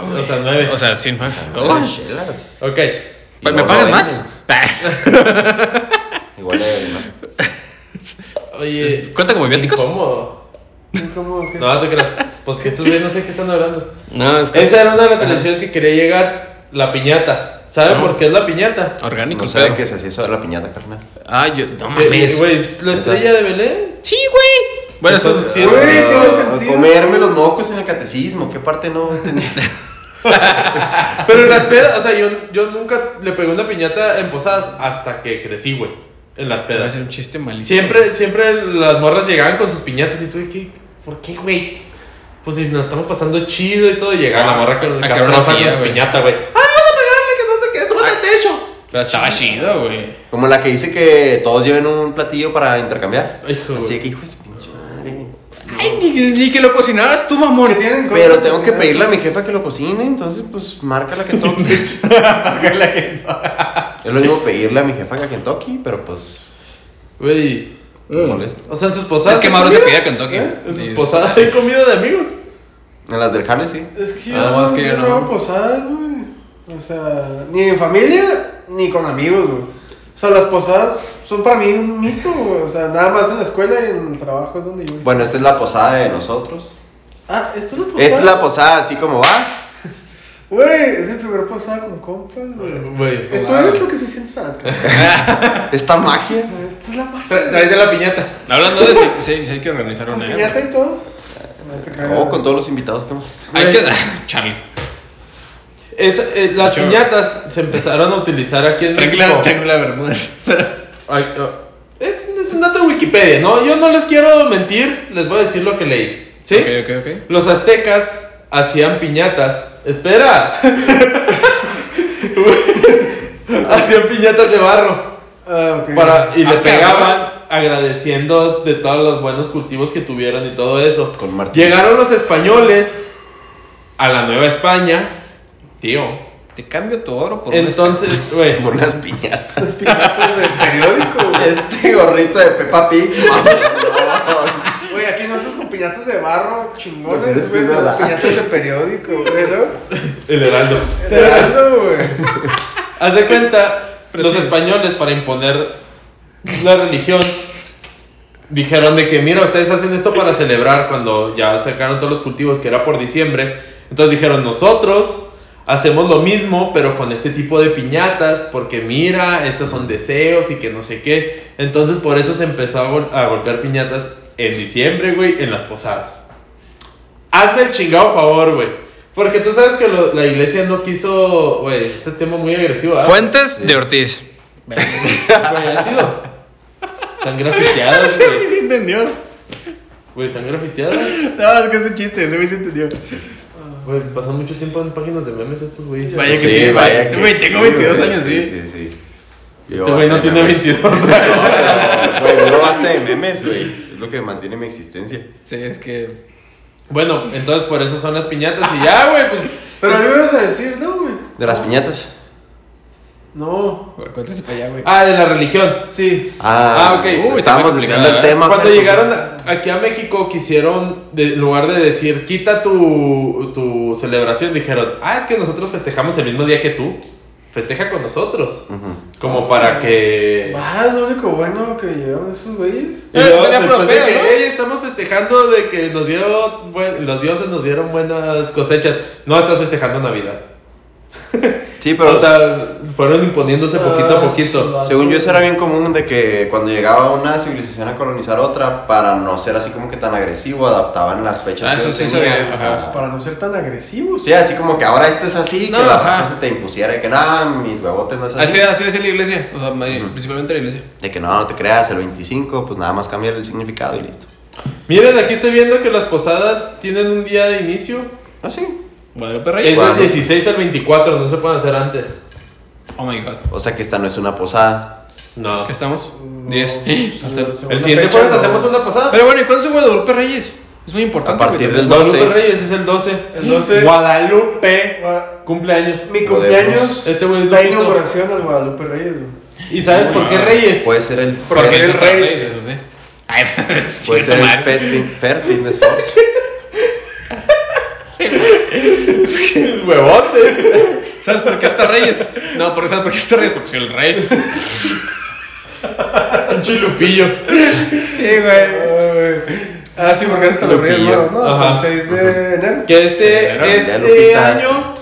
Speaker 1: O sea, nueve.
Speaker 3: Ah, O sea, sí. no.
Speaker 2: Ah,
Speaker 3: Oh,
Speaker 2: Chelas.
Speaker 1: ok.
Speaker 3: ¿Me
Speaker 2: Y no lo
Speaker 3: pagas
Speaker 2: venden.
Speaker 3: más?
Speaker 2: Igual eh, no.
Speaker 1: Oye.
Speaker 3: ¿Cuenta como viáticos?
Speaker 1: Incómodo.
Speaker 4: ¿Cómo que?
Speaker 1: No, no te creas. Pues que estos güeyes no sé qué están hablando.
Speaker 3: No, es que.
Speaker 1: Esa era una de las
Speaker 3: Ajá. Ah.
Speaker 1: tradiciones que quería llegar. La piñata. ¿Saben
Speaker 3: No.
Speaker 1: por qué es la piñata?
Speaker 3: Orgánico,
Speaker 2: No
Speaker 3: el
Speaker 2: sé de
Speaker 3: pedo.
Speaker 2: qué se hacía eso de la piñata, carnal.
Speaker 3: Ah, yo. No
Speaker 1: Que-
Speaker 3: mames.
Speaker 1: Güey, es la estrella de Belén.
Speaker 3: Sí, güey. Bueno,
Speaker 1: Que son
Speaker 3: eso.
Speaker 1: siete.
Speaker 4: Güey, tiene
Speaker 2: Ah,
Speaker 4: sentido.
Speaker 2: comerme los mocos en el catecismo, ¿qué parte no entendí?
Speaker 1: Pero en las pedas, o sea, yo, yo nunca le pegué una piñata en posadas hasta que crecí, güey. En las
Speaker 3: Va a
Speaker 1: pedas.
Speaker 3: ser un chiste malísimo.
Speaker 1: Siempre, siempre las morras llegaban con sus piñatas y tú, de ¿qué? ¿por qué, güey? Pues si nos estamos pasando chido y todo, y llegaba la morra con el
Speaker 3: Ah, ¿A qué hora
Speaker 1: castrosa con
Speaker 3: nacías,
Speaker 1: su
Speaker 3: güey? Ah.
Speaker 1: piñata, güey. ¡Ah, vamos a pegarle que no te quedes sobre el techo!
Speaker 3: Pero estaba chido, güey.
Speaker 2: Como la que dice que todos lleven un platillo para intercambiar.
Speaker 1: Hijo,
Speaker 2: Así
Speaker 1: güey.
Speaker 2: que, hijo de su pinche madre.
Speaker 3: Ay, ni, ni que lo cocinaras tú,
Speaker 4: ¿Qué
Speaker 3: mamón.
Speaker 4: tienen con-
Speaker 2: Pero tengo que pedirle a mi jefa que lo cocine, entonces pues marca la Kentucky. Es lo mismo pedirle a mi jefa que a Kentucky, pero pues
Speaker 1: Güey.
Speaker 2: no molesta.
Speaker 1: O sea, en sus posadas.
Speaker 3: Es que
Speaker 1: hay
Speaker 3: Mauro se
Speaker 1: comida,
Speaker 3: pedía Kentucky.
Speaker 1: ¿eh? En sus
Speaker 3: Sí,
Speaker 1: posadas hay comida de amigos.
Speaker 2: En las del Harley sí.
Speaker 4: Es que yo
Speaker 3: Ah,
Speaker 4: no,
Speaker 3: es que yo
Speaker 4: yo
Speaker 3: no.
Speaker 4: no hago posadas, güey. O sea, ni en familia, ni con amigos, güey. O sea, las posadas son para mí un mito, güey. O sea, nada más en la escuela y en el trabajo es donde yo...
Speaker 2: Bueno, esta es la posada de nosotros.
Speaker 5: Ah, esto es la posada.
Speaker 2: Esta es la posada, así como va.
Speaker 5: Güey, es mi primera posada con compas, güey.
Speaker 1: Güey.
Speaker 5: Esto
Speaker 3: Wow.
Speaker 5: es lo que se siente estar acá.
Speaker 2: Esta magia.
Speaker 5: Esta es la magia.
Speaker 1: Tra- Tráete la piñata.
Speaker 3: Hablando de si, si- si hay que organizar
Speaker 5: Con
Speaker 3: una.
Speaker 5: piñata
Speaker 3: eh,
Speaker 5: y todo. No te creas.
Speaker 2: Oh, con todos los invitados que hemos.
Speaker 3: Hay que. Charlie.
Speaker 1: Es, eh, las
Speaker 3: Yo-
Speaker 1: piñatas se empezaron a utilizar aquí en
Speaker 3: Tranquila,
Speaker 1: México.
Speaker 3: Triángulo de Bermúdez.
Speaker 1: Ay, ah, es, es un dato de Wikipedia, ¿no? Yo no les quiero mentir, les voy a decir lo que leí. ¿Sí?
Speaker 3: Ok, ok, ok.
Speaker 1: Los aztecas hacían piñatas. Espera. hacían piñatas de barro.
Speaker 5: Ah, ok.
Speaker 1: Para, y le
Speaker 3: Ah,
Speaker 1: pegaban agradeciendo de todos los buenos cultivos que tuvieron y todo eso.
Speaker 2: Con Martín.
Speaker 1: Llegaron los españoles a la Nueva España. Tío.
Speaker 3: Te cambio tu oro por un
Speaker 1: Entonces, güey.
Speaker 2: Por unas piñatas.
Speaker 5: Los piñatas del periódico, güey.
Speaker 2: Este gorrito de Peppa Pig. mamón.
Speaker 5: Güey, aquí nosotros con piñatas de barro
Speaker 2: Pero es
Speaker 5: chingones,
Speaker 2: que
Speaker 5: güey.
Speaker 2: es
Speaker 5: Con las
Speaker 2: verdad.
Speaker 5: piñatas de periódico, güey, ¿no?
Speaker 1: El heraldo.
Speaker 5: Esperando, güey.
Speaker 1: Haz de cuenta,
Speaker 3: Pero
Speaker 1: los
Speaker 3: sí.
Speaker 1: españoles para imponer la religión dijeron de que, mira, ustedes hacen esto para celebrar cuando ya sacaron todos los cultivos, que era por diciembre. Entonces dijeron, nosotros hacemos lo mismo, pero con este tipo de piñatas, porque mira, estos son deseos y que no sé qué. Entonces por eso se empezó a, gol- a golpear piñatas en diciembre, güey, en las posadas. Hazme el chingado favor, güey. Porque tú sabes que lo- la iglesia no quiso, güey, este tema muy agresivo. ¿verdad?
Speaker 3: Fuentes de Ortiz.
Speaker 1: Güey, ha sido. Están grafiteadas,
Speaker 3: Ese güey
Speaker 1: güey.
Speaker 3: se entendió.
Speaker 1: Güey, están grafiteadas.
Speaker 3: No, es que es un chiste, ese güey se entendió.
Speaker 1: Güey, pasan mucho tiempo en páginas de memes estos güeyes.
Speaker 3: Vaya que sí, vaya que Güey, tengo 22 años, sí.
Speaker 2: Sí, sí, sí.
Speaker 1: Este güey no tiene 22 años.
Speaker 2: Güey, no base de memes, güey. Es lo que mantiene mi existencia.
Speaker 3: Sí, es que.
Speaker 1: Bueno, entonces por eso son las piñatas y ya, güey, pues.
Speaker 5: Pero a mí me vas a decir, ¿no, güey?
Speaker 2: De las piñatas.
Speaker 5: No.
Speaker 3: Cuéntese para allá, güey.
Speaker 1: Ah, de la religión.
Speaker 5: Sí.
Speaker 1: Ah,
Speaker 2: Ah,
Speaker 1: ok.
Speaker 2: ok.
Speaker 1: Uy,
Speaker 2: Estábamos
Speaker 3: está
Speaker 2: desviando el
Speaker 3: complicada.
Speaker 2: tema.
Speaker 1: Cuando
Speaker 2: Fer,
Speaker 1: llegaron a- aquí a México, quisieron, de- en lugar de decir, quita tu, tu celebración, dijeron, ah, es que nosotros festejamos el mismo día que tú. Festeja con nosotros.
Speaker 2: Ujú.
Speaker 1: Como para que.
Speaker 5: Ah, es lo único bueno que llevaron esos güeyes.
Speaker 1: Y luego,
Speaker 3: Era
Speaker 1: después
Speaker 3: propio,
Speaker 1: de que,
Speaker 3: ¿no?
Speaker 1: "Ey, estamos festejando de que nos dio buen- los dioses nos dieron buenas cosechas. No estás festejando Navidad.
Speaker 2: Sí, pero
Speaker 1: o sea, fueron imponiéndose poquito a
Speaker 5: Ah,
Speaker 1: poquito.
Speaker 5: vato.
Speaker 2: según yo eso era bien común de que cuando llegaba una civilización a colonizar otra, para no ser así como que tan agresivo, adaptaban las fechas.
Speaker 3: Ah,
Speaker 2: que
Speaker 3: eso sí
Speaker 2: tenían.
Speaker 3: sabía, ajá.
Speaker 2: Ah,
Speaker 5: Para no ser tan agresivos.
Speaker 2: Sí, así como que ahora esto es así,
Speaker 3: No,
Speaker 2: que la
Speaker 3: ajá.
Speaker 2: raza se te impusiera, de que nada, mis huevotes no es así.
Speaker 3: Así, así decía la iglesia. O sea, ma- principalmente la iglesia.
Speaker 2: De que no, no te creas, el 25, pues nada más cambiar el significado y listo.
Speaker 1: Miren, aquí estoy viendo que las posadas tienen un día de inicio.
Speaker 2: Ah, sí.
Speaker 3: Guadalupe Reyes.
Speaker 1: Es
Speaker 2: Bueno.
Speaker 1: del 16 al 24, no se pueden hacer antes.
Speaker 3: Oh my god.
Speaker 2: O sea que esta no es una posada.
Speaker 1: No.
Speaker 3: ¿Qué estamos?
Speaker 5: No,
Speaker 3: 10.
Speaker 5: no, no,
Speaker 1: El
Speaker 5: Una
Speaker 1: siguiente
Speaker 5: fecha,
Speaker 1: jueves
Speaker 5: no.
Speaker 1: hacemos una posada.
Speaker 3: Pero bueno, ¿y cuándo es Guadalupe Reyes? Es muy importante.
Speaker 2: A partir
Speaker 3: güey.
Speaker 2: del
Speaker 1: Guadalupe
Speaker 2: 12.
Speaker 1: Reyes es el 12.
Speaker 5: El 12.
Speaker 1: Guadalupe
Speaker 5: Gua-
Speaker 1: cumpleaños.
Speaker 5: Ah, Mi
Speaker 2: Podemos.
Speaker 5: cumpleaños.
Speaker 1: Este güey es
Speaker 5: La
Speaker 1: loquito.
Speaker 5: inauguración al Guadalupe Reyes, güey.
Speaker 1: ¿Y sabes por qué
Speaker 3: Ah.
Speaker 1: Reyes?
Speaker 2: Puede ser el
Speaker 3: Porque
Speaker 2: Fer-
Speaker 3: él es
Speaker 5: rey.
Speaker 3: rey. Reyes, eso sí. Ay,
Speaker 2: Puede
Speaker 3: cierto,
Speaker 2: ser el
Speaker 3: madre.
Speaker 2: Fer- Fair Fitness Force.
Speaker 1: Es huevote.
Speaker 3: ¿Sabes por qué está Reyes? No, porque ¿sabes por qué está Reyes? Porque soy el rey.
Speaker 1: Un chilupillo.
Speaker 3: Sí, güey.
Speaker 5: Ah, sí, porque hasta los Reyes
Speaker 2: Lupillo.
Speaker 5: Magos, ¿no? Hasta
Speaker 1: Ajá.
Speaker 5: el 6 de enero.
Speaker 1: Que este,
Speaker 3: Claro,
Speaker 2: ya
Speaker 1: este
Speaker 2: Lupita.
Speaker 1: año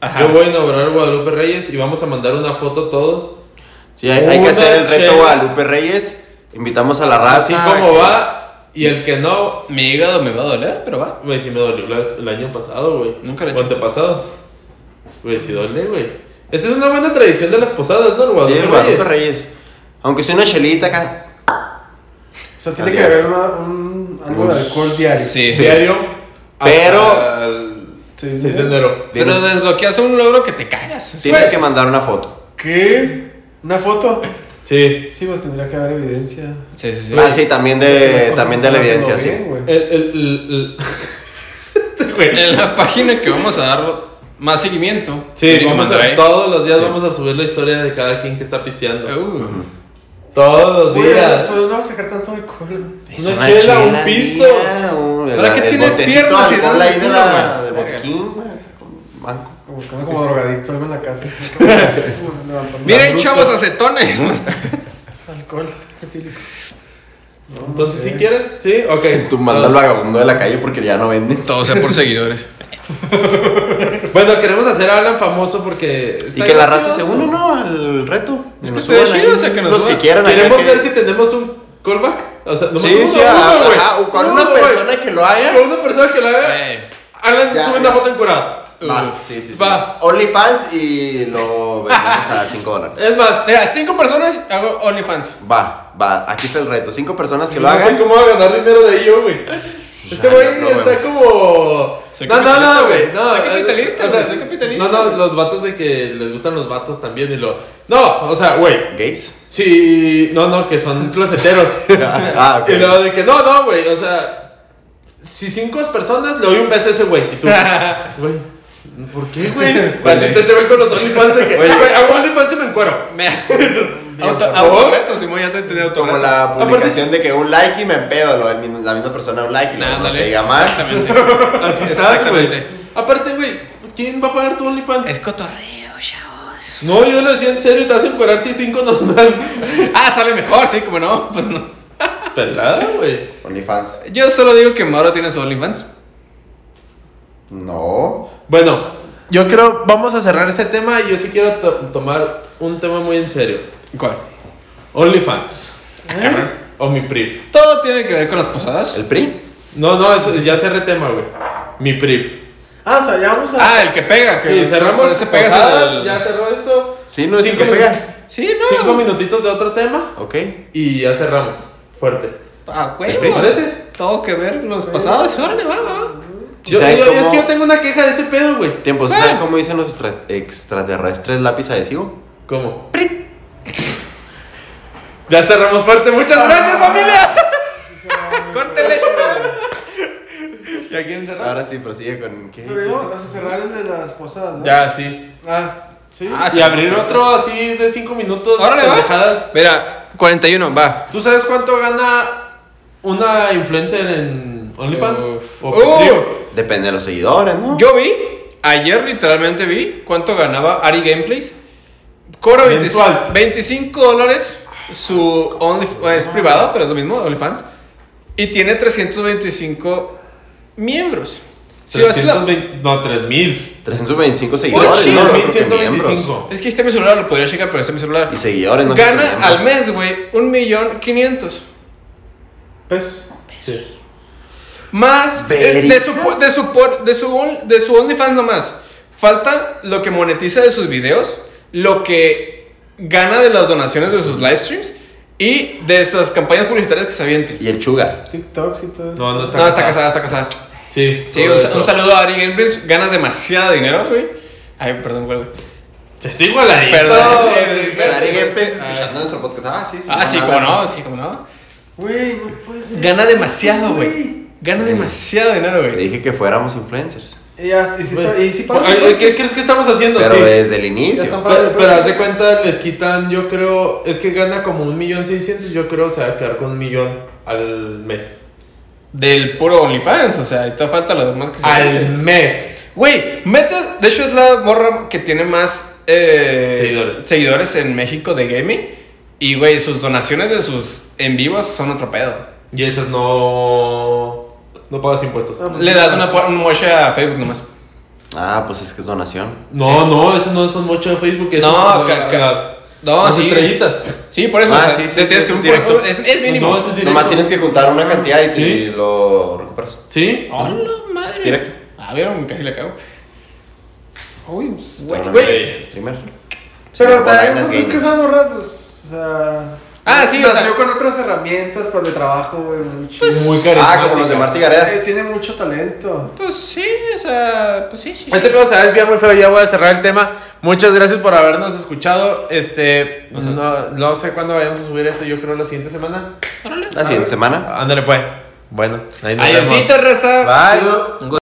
Speaker 3: Ajá.
Speaker 1: yo voy a inaugurar Guadalupe Reyes y vamos a mandar una foto todos.
Speaker 2: Sí, hay, hay que hacer el
Speaker 1: Una
Speaker 2: reto
Speaker 1: chela.
Speaker 2: Guadalupe Reyes. Invitamos a la raza.
Speaker 1: Así como va. Y el que no,
Speaker 3: Mi hígado me va a doler, pero va.
Speaker 1: güey, sí me dolió la vez- el año pasado, güey.
Speaker 3: Nunca lo he
Speaker 1: O
Speaker 3: hecho.
Speaker 1: antepasado. Güey, sí duele, güey. Esa es una buena tradición de las posadas, ¿no? El
Speaker 2: Sí,
Speaker 1: Guadalupe
Speaker 2: el Guadalupe
Speaker 1: Reyes.
Speaker 2: Reyes. Aunque sea una chelita acá.
Speaker 5: O sea, tiene que haber una- un, algo de alcohol diario.
Speaker 3: Sí.
Speaker 1: Diario.
Speaker 2: Pero-
Speaker 1: hasta el
Speaker 5: Sí,
Speaker 1: 6
Speaker 5: sí.
Speaker 1: de enero.
Speaker 3: Pero
Speaker 2: Tienes,
Speaker 3: desbloqueas un logro que te cagas.
Speaker 2: tienes
Speaker 1: pues.
Speaker 2: que mandar una foto.
Speaker 5: ¿Qué? ¿Una foto?
Speaker 1: Sí.
Speaker 5: Sí, pues tendría que haber evidencia.
Speaker 3: Sí, sí, sí.
Speaker 2: Ah, sí, también de, también de la evidencia, sí.
Speaker 1: El, el, el, el- Este güey.
Speaker 3: En la página que vamos a dar más seguimiento.
Speaker 1: Sí,
Speaker 3: Federico
Speaker 1: vamos a-
Speaker 3: Monterrey.
Speaker 1: todos los días
Speaker 2: Sí.
Speaker 1: vamos a subir la historia de cada quien que está pisteando.
Speaker 3: Uh,
Speaker 1: Todos los
Speaker 5: Güey,
Speaker 1: días.
Speaker 5: pues no vas a sacar tanto alcohol.
Speaker 1: Una chela, un pisto.
Speaker 2: mía, un-
Speaker 3: ¿Para
Speaker 2: el-
Speaker 3: qué
Speaker 2: el
Speaker 3: tienes
Speaker 2: botecito de
Speaker 3: piernas y
Speaker 2: alcohol
Speaker 3: dónde
Speaker 2: ahí de
Speaker 3: culo,
Speaker 2: la
Speaker 3: güey?
Speaker 2: de
Speaker 3: Verga.
Speaker 2: botiquín, güey, con banco.
Speaker 5: Buscando como drogadicto algo en la casa. así, levantando
Speaker 3: Miren,
Speaker 5: la bruja.
Speaker 3: chavos acetones.
Speaker 5: Alcohol etílico.
Speaker 1: Entonces, si quieren, sí, ok.
Speaker 2: Tú manda al vagabundo de la calle porque ya no venden.
Speaker 3: Todo sea por seguidores.
Speaker 1: Bueno, queremos hacer a Alan famoso porque.
Speaker 2: Y
Speaker 1: está
Speaker 2: que la raza
Speaker 1: gracioso.
Speaker 2: se une, ¿no? Al reto.
Speaker 3: Es que
Speaker 2: nos
Speaker 3: estaría
Speaker 2: suban
Speaker 3: chido,
Speaker 2: ahí
Speaker 3: o sea, que nos
Speaker 2: Los que
Speaker 3: suban.
Speaker 2: quieran. acá
Speaker 1: Queremos
Speaker 2: que-
Speaker 1: ver si tenemos un callback. O sea, nomás
Speaker 2: Sí,
Speaker 1: uno,
Speaker 2: sí,
Speaker 1: uno,
Speaker 2: a-
Speaker 1: güey.
Speaker 2: ajá, o con
Speaker 1: Uno,
Speaker 2: una
Speaker 1: güey.
Speaker 2: persona que lo haga.
Speaker 1: Con una persona que lo haga.
Speaker 3: Eh.
Speaker 1: Alan
Speaker 2: Ya,
Speaker 1: sube
Speaker 2: ya.
Speaker 1: una foto encurada.
Speaker 2: Va,
Speaker 1: Uf,
Speaker 2: sí, sí, sí.
Speaker 1: Va.
Speaker 2: OnlyFans y lo vendemos a 5 dólares.
Speaker 1: Es más,
Speaker 3: Mira, cinco personas hago OnlyFans.
Speaker 2: Va, va, aquí está el reto. Cinco personas que lo
Speaker 1: no sé
Speaker 2: hagan.
Speaker 1: cómo va a ganar dinero de ello, güey. Este
Speaker 2: Ya,
Speaker 1: güey
Speaker 2: no
Speaker 1: está
Speaker 2: vemos.
Speaker 1: como.
Speaker 3: Soy
Speaker 1: no, no,
Speaker 3: capitalista,
Speaker 1: no,
Speaker 3: güey.
Speaker 1: güey. No,
Speaker 3: Soy capitalista,
Speaker 1: eh,
Speaker 3: güey, soy capitalista,
Speaker 1: No, no,
Speaker 3: güey.
Speaker 1: los vatos de que les gustan los vatos también y lo. No, o sea, güey.
Speaker 2: ¿Gays?
Speaker 1: Sí, no, no, que son closeteros.
Speaker 2: ah, ok.
Speaker 1: Y luego de que, no, no, güey, o sea, si cinco personas le doy un beso a ese güey. Y tú, güey, ¿por qué, güey?
Speaker 2: Vale.
Speaker 1: Así está ese güey con los OnlyFans de que, "Ah,
Speaker 2: Oye.
Speaker 1: güey, hago OnlyFans y me encuero.
Speaker 3: Me auto,
Speaker 1: por favor.
Speaker 3: autorreto, Simón, ya te entendí
Speaker 2: Como
Speaker 3: autorreto.
Speaker 2: la publicación de que un like y me empedo. lo- La misma persona un like y luego no
Speaker 3: Ándale,
Speaker 2: se diga más.
Speaker 3: Exactamente.
Speaker 1: Así está, güey.
Speaker 3: Exactamente.
Speaker 1: Aparte, güey, ¿quién va a pagar tu OnlyFans?
Speaker 3: Es cotorreo, chavos.
Speaker 1: No, yo lo decía en serio, te vas a encuerar si cinco nos dan.
Speaker 3: Ah, sale mejor, sí, como no. Pues no.
Speaker 1: Pelada, güey.
Speaker 2: OnlyFans.
Speaker 3: Yo solo digo que Mauro tiene su OnlyFans.
Speaker 2: No.
Speaker 1: Bueno, yo creo, vamos a cerrar ese tema y yo sí quiero to- tomar un tema muy en serio.
Speaker 3: ¿Cuál?
Speaker 1: OnlyFans. O mi PRIV.
Speaker 3: Ah. Todo tiene que ver con las posadas.
Speaker 2: ¿El PRI?
Speaker 1: No, no, eso- ya cerré tema, güey. Mi PRIV.
Speaker 5: Ah, o sea, ya vamos a.
Speaker 3: Ah, el que pega. Que
Speaker 1: Sí, cerramos.
Speaker 3: Se pega
Speaker 1: posadas,
Speaker 3: el-
Speaker 1: Ya cerró esto.
Speaker 2: Sí, no es el
Speaker 1: Cinco
Speaker 2: que
Speaker 1: minutos.
Speaker 2: pega.
Speaker 3: Sí, no.
Speaker 1: Cinco minutitos de otro tema
Speaker 2: Ok.
Speaker 1: y ya cerramos. Fuerte.
Speaker 3: Ah,
Speaker 1: ¿Te
Speaker 3: huevo.
Speaker 1: parece?
Speaker 3: Todo que ver los pasados. Órale, va, va.
Speaker 2: Sí,
Speaker 1: Yo,
Speaker 2: ¿saben
Speaker 1: yo-
Speaker 2: cómo-
Speaker 1: Es que yo tengo una queja de ese pedo, güey.
Speaker 2: Tiempo, ¿saben cómo dicen los extra- extraterrestres lápiz adhesivo?
Speaker 1: ¿Cómo? Ya cerramos fuerte.
Speaker 3: Ah.
Speaker 1: Muchas gracias, familia.
Speaker 3: Córtele. ¿Ya quieren cerrar?
Speaker 2: Ahora sí, prosigue con. ¿Qué
Speaker 5: Pero ya
Speaker 2: dijiste?
Speaker 5: vas a cerrar el de las posadas, ¿no?
Speaker 1: Ya, sí.
Speaker 5: Ah, sí.
Speaker 3: Ah,
Speaker 1: Y abrir otro así de cinco minutos.
Speaker 3: Órale, va.
Speaker 1: pendejadas.
Speaker 3: Mira, 41, va.
Speaker 1: ¿Tú sabes cuánto gana una influencer en OnlyFans?
Speaker 3: Uf. Uh,
Speaker 1: O PRIV.
Speaker 3: Uf.
Speaker 2: Depende de los seguidores, ¿no?
Speaker 3: Yo vi, ayer literalmente vi cuánto ganaba Ari Gameplays. Cobra 25,
Speaker 1: Mensual.
Speaker 3: 25 dólares. Su Only, eh, es privado, pero es lo mismo, OnlyFans. Y tiene 325 miembros. Si lo haces la-
Speaker 1: 320 no, 3000.
Speaker 2: 325 seguidores.
Speaker 3: chingo,
Speaker 2: no,
Speaker 1: 1125.
Speaker 3: es que este es mi celular, lo podría checar, pero este es mi celular.
Speaker 2: Y seguidores, ¿no?
Speaker 3: Gana al mes, güey, 1.500.000.
Speaker 5: Pesos.
Speaker 1: Sí.
Speaker 3: Más eh, de, de su,
Speaker 2: Verijas.
Speaker 3: de, su, por- de, su, on- de su OnlyFans nomás. Falta lo que monetiza de sus videos, lo que gana de las donaciones de sus live streams y de esas campañas publicitarias que se avienten.
Speaker 2: Y el Sugar.
Speaker 5: TikToks y todo eso.
Speaker 1: No, no está
Speaker 3: No, está casada, está casada.
Speaker 1: Sí.
Speaker 3: Sí, un, sa- un saludo a Ari Gameplays. Ganas demasiado dinero, güey. Ay, perdón, güey. güey.
Speaker 1: Se está igualadito.
Speaker 3: Perdón.
Speaker 2: Ari
Speaker 3: sí,
Speaker 2: Gameplays
Speaker 3: sí.
Speaker 2: escuchando nuestro podcast. Ah, sí, sí.
Speaker 3: Ah, sí,
Speaker 2: nada,
Speaker 3: como no, sí, como no.
Speaker 5: Güey, no puede ser.
Speaker 3: Gana demasiado, güey. Gana demasiado dinero,
Speaker 2: Te
Speaker 3: güey.
Speaker 2: dije que fuéramos influencers.
Speaker 5: Y, ya- y si, está- y si pagan
Speaker 1: Ay, Pues, ¿Qué
Speaker 5: impuestos.
Speaker 1: crees que estamos haciendo?
Speaker 2: Pero
Speaker 1: sí.
Speaker 2: desde el
Speaker 5: Ya
Speaker 2: inicio.
Speaker 5: están
Speaker 1: Pero,
Speaker 5: pagando
Speaker 1: pero haz
Speaker 5: impuestos.
Speaker 1: de cuenta, les quitan, yo creo, es que gana como un millón seiscientos, yo creo se va a quedar con un millón al mes.
Speaker 3: Del puro OnlyFans, o sea, ahí te falta lo demás que se
Speaker 1: Al
Speaker 3: avienten.
Speaker 1: mes.
Speaker 3: Güey, Meta, de hecho es la morra que tiene más eh,
Speaker 1: Seguidores.
Speaker 3: seguidores en México de gaming. Y, güey, sus donaciones de sus en vivos son otro pedo.
Speaker 1: Y esas no. No pagas impuestos.
Speaker 5: Ah,
Speaker 1: No,
Speaker 5: pues
Speaker 3: Le das una, pu- un moche a Facebook nomás.
Speaker 2: Ah, pues es que es donación.
Speaker 1: no, eso no son mucho de Facebook. Eso
Speaker 3: No,
Speaker 1: son
Speaker 3: ca- ca-
Speaker 1: las,
Speaker 3: no,
Speaker 1: las
Speaker 3: sí.
Speaker 1: estrellitas.
Speaker 3: Sí, por eso.
Speaker 2: Ah,
Speaker 3: o sea,
Speaker 2: sí, sí,
Speaker 3: le
Speaker 2: sí,
Speaker 3: tienes
Speaker 2: sí,
Speaker 3: que
Speaker 2: sí,
Speaker 3: un-
Speaker 2: cierto.
Speaker 3: es, es mínimo.
Speaker 1: No, eso es directo.
Speaker 2: Nomás tienes que juntar una cantidad y, te-
Speaker 1: Sí.
Speaker 2: y lo recuperas.
Speaker 1: Sí.
Speaker 2: Ah,
Speaker 3: ¡Hola, madre!
Speaker 2: Directo.
Speaker 3: Ah, vieron, casi le cago. Uy, güey,
Speaker 2: Perdóname,
Speaker 3: güey.
Speaker 2: es Streamer.
Speaker 5: pues, Pero
Speaker 2: Online
Speaker 5: también,
Speaker 2: es
Speaker 5: pues, es
Speaker 2: gaming.
Speaker 5: que esa morra, pues, o sea...
Speaker 3: Ah, sí, o sea-
Speaker 5: Nació con otras herramientas para el trabajo, güey, muy chido.
Speaker 1: Muy
Speaker 2: Ah,
Speaker 1: carismática.
Speaker 2: como los de Martí
Speaker 5: Eh,
Speaker 2: Gareda.
Speaker 5: tiene mucho talento.
Speaker 3: Pues sí, o sea, pues sí, sí.
Speaker 1: Este
Speaker 3: sí.
Speaker 1: pedo se va a desviar muy feo, ya voy a cerrar el tema. Muchas gracias por habernos escuchado. Este, no, no sé cuándo vayamos a subir esto, yo creo la siguiente semana.
Speaker 3: Órale.
Speaker 2: La siguiente Ah, semana.
Speaker 1: Ándale pues. Bueno, ahí nos vemos.
Speaker 3: Adiosito, raza.
Speaker 1: Bye.
Speaker 3: Un gusto.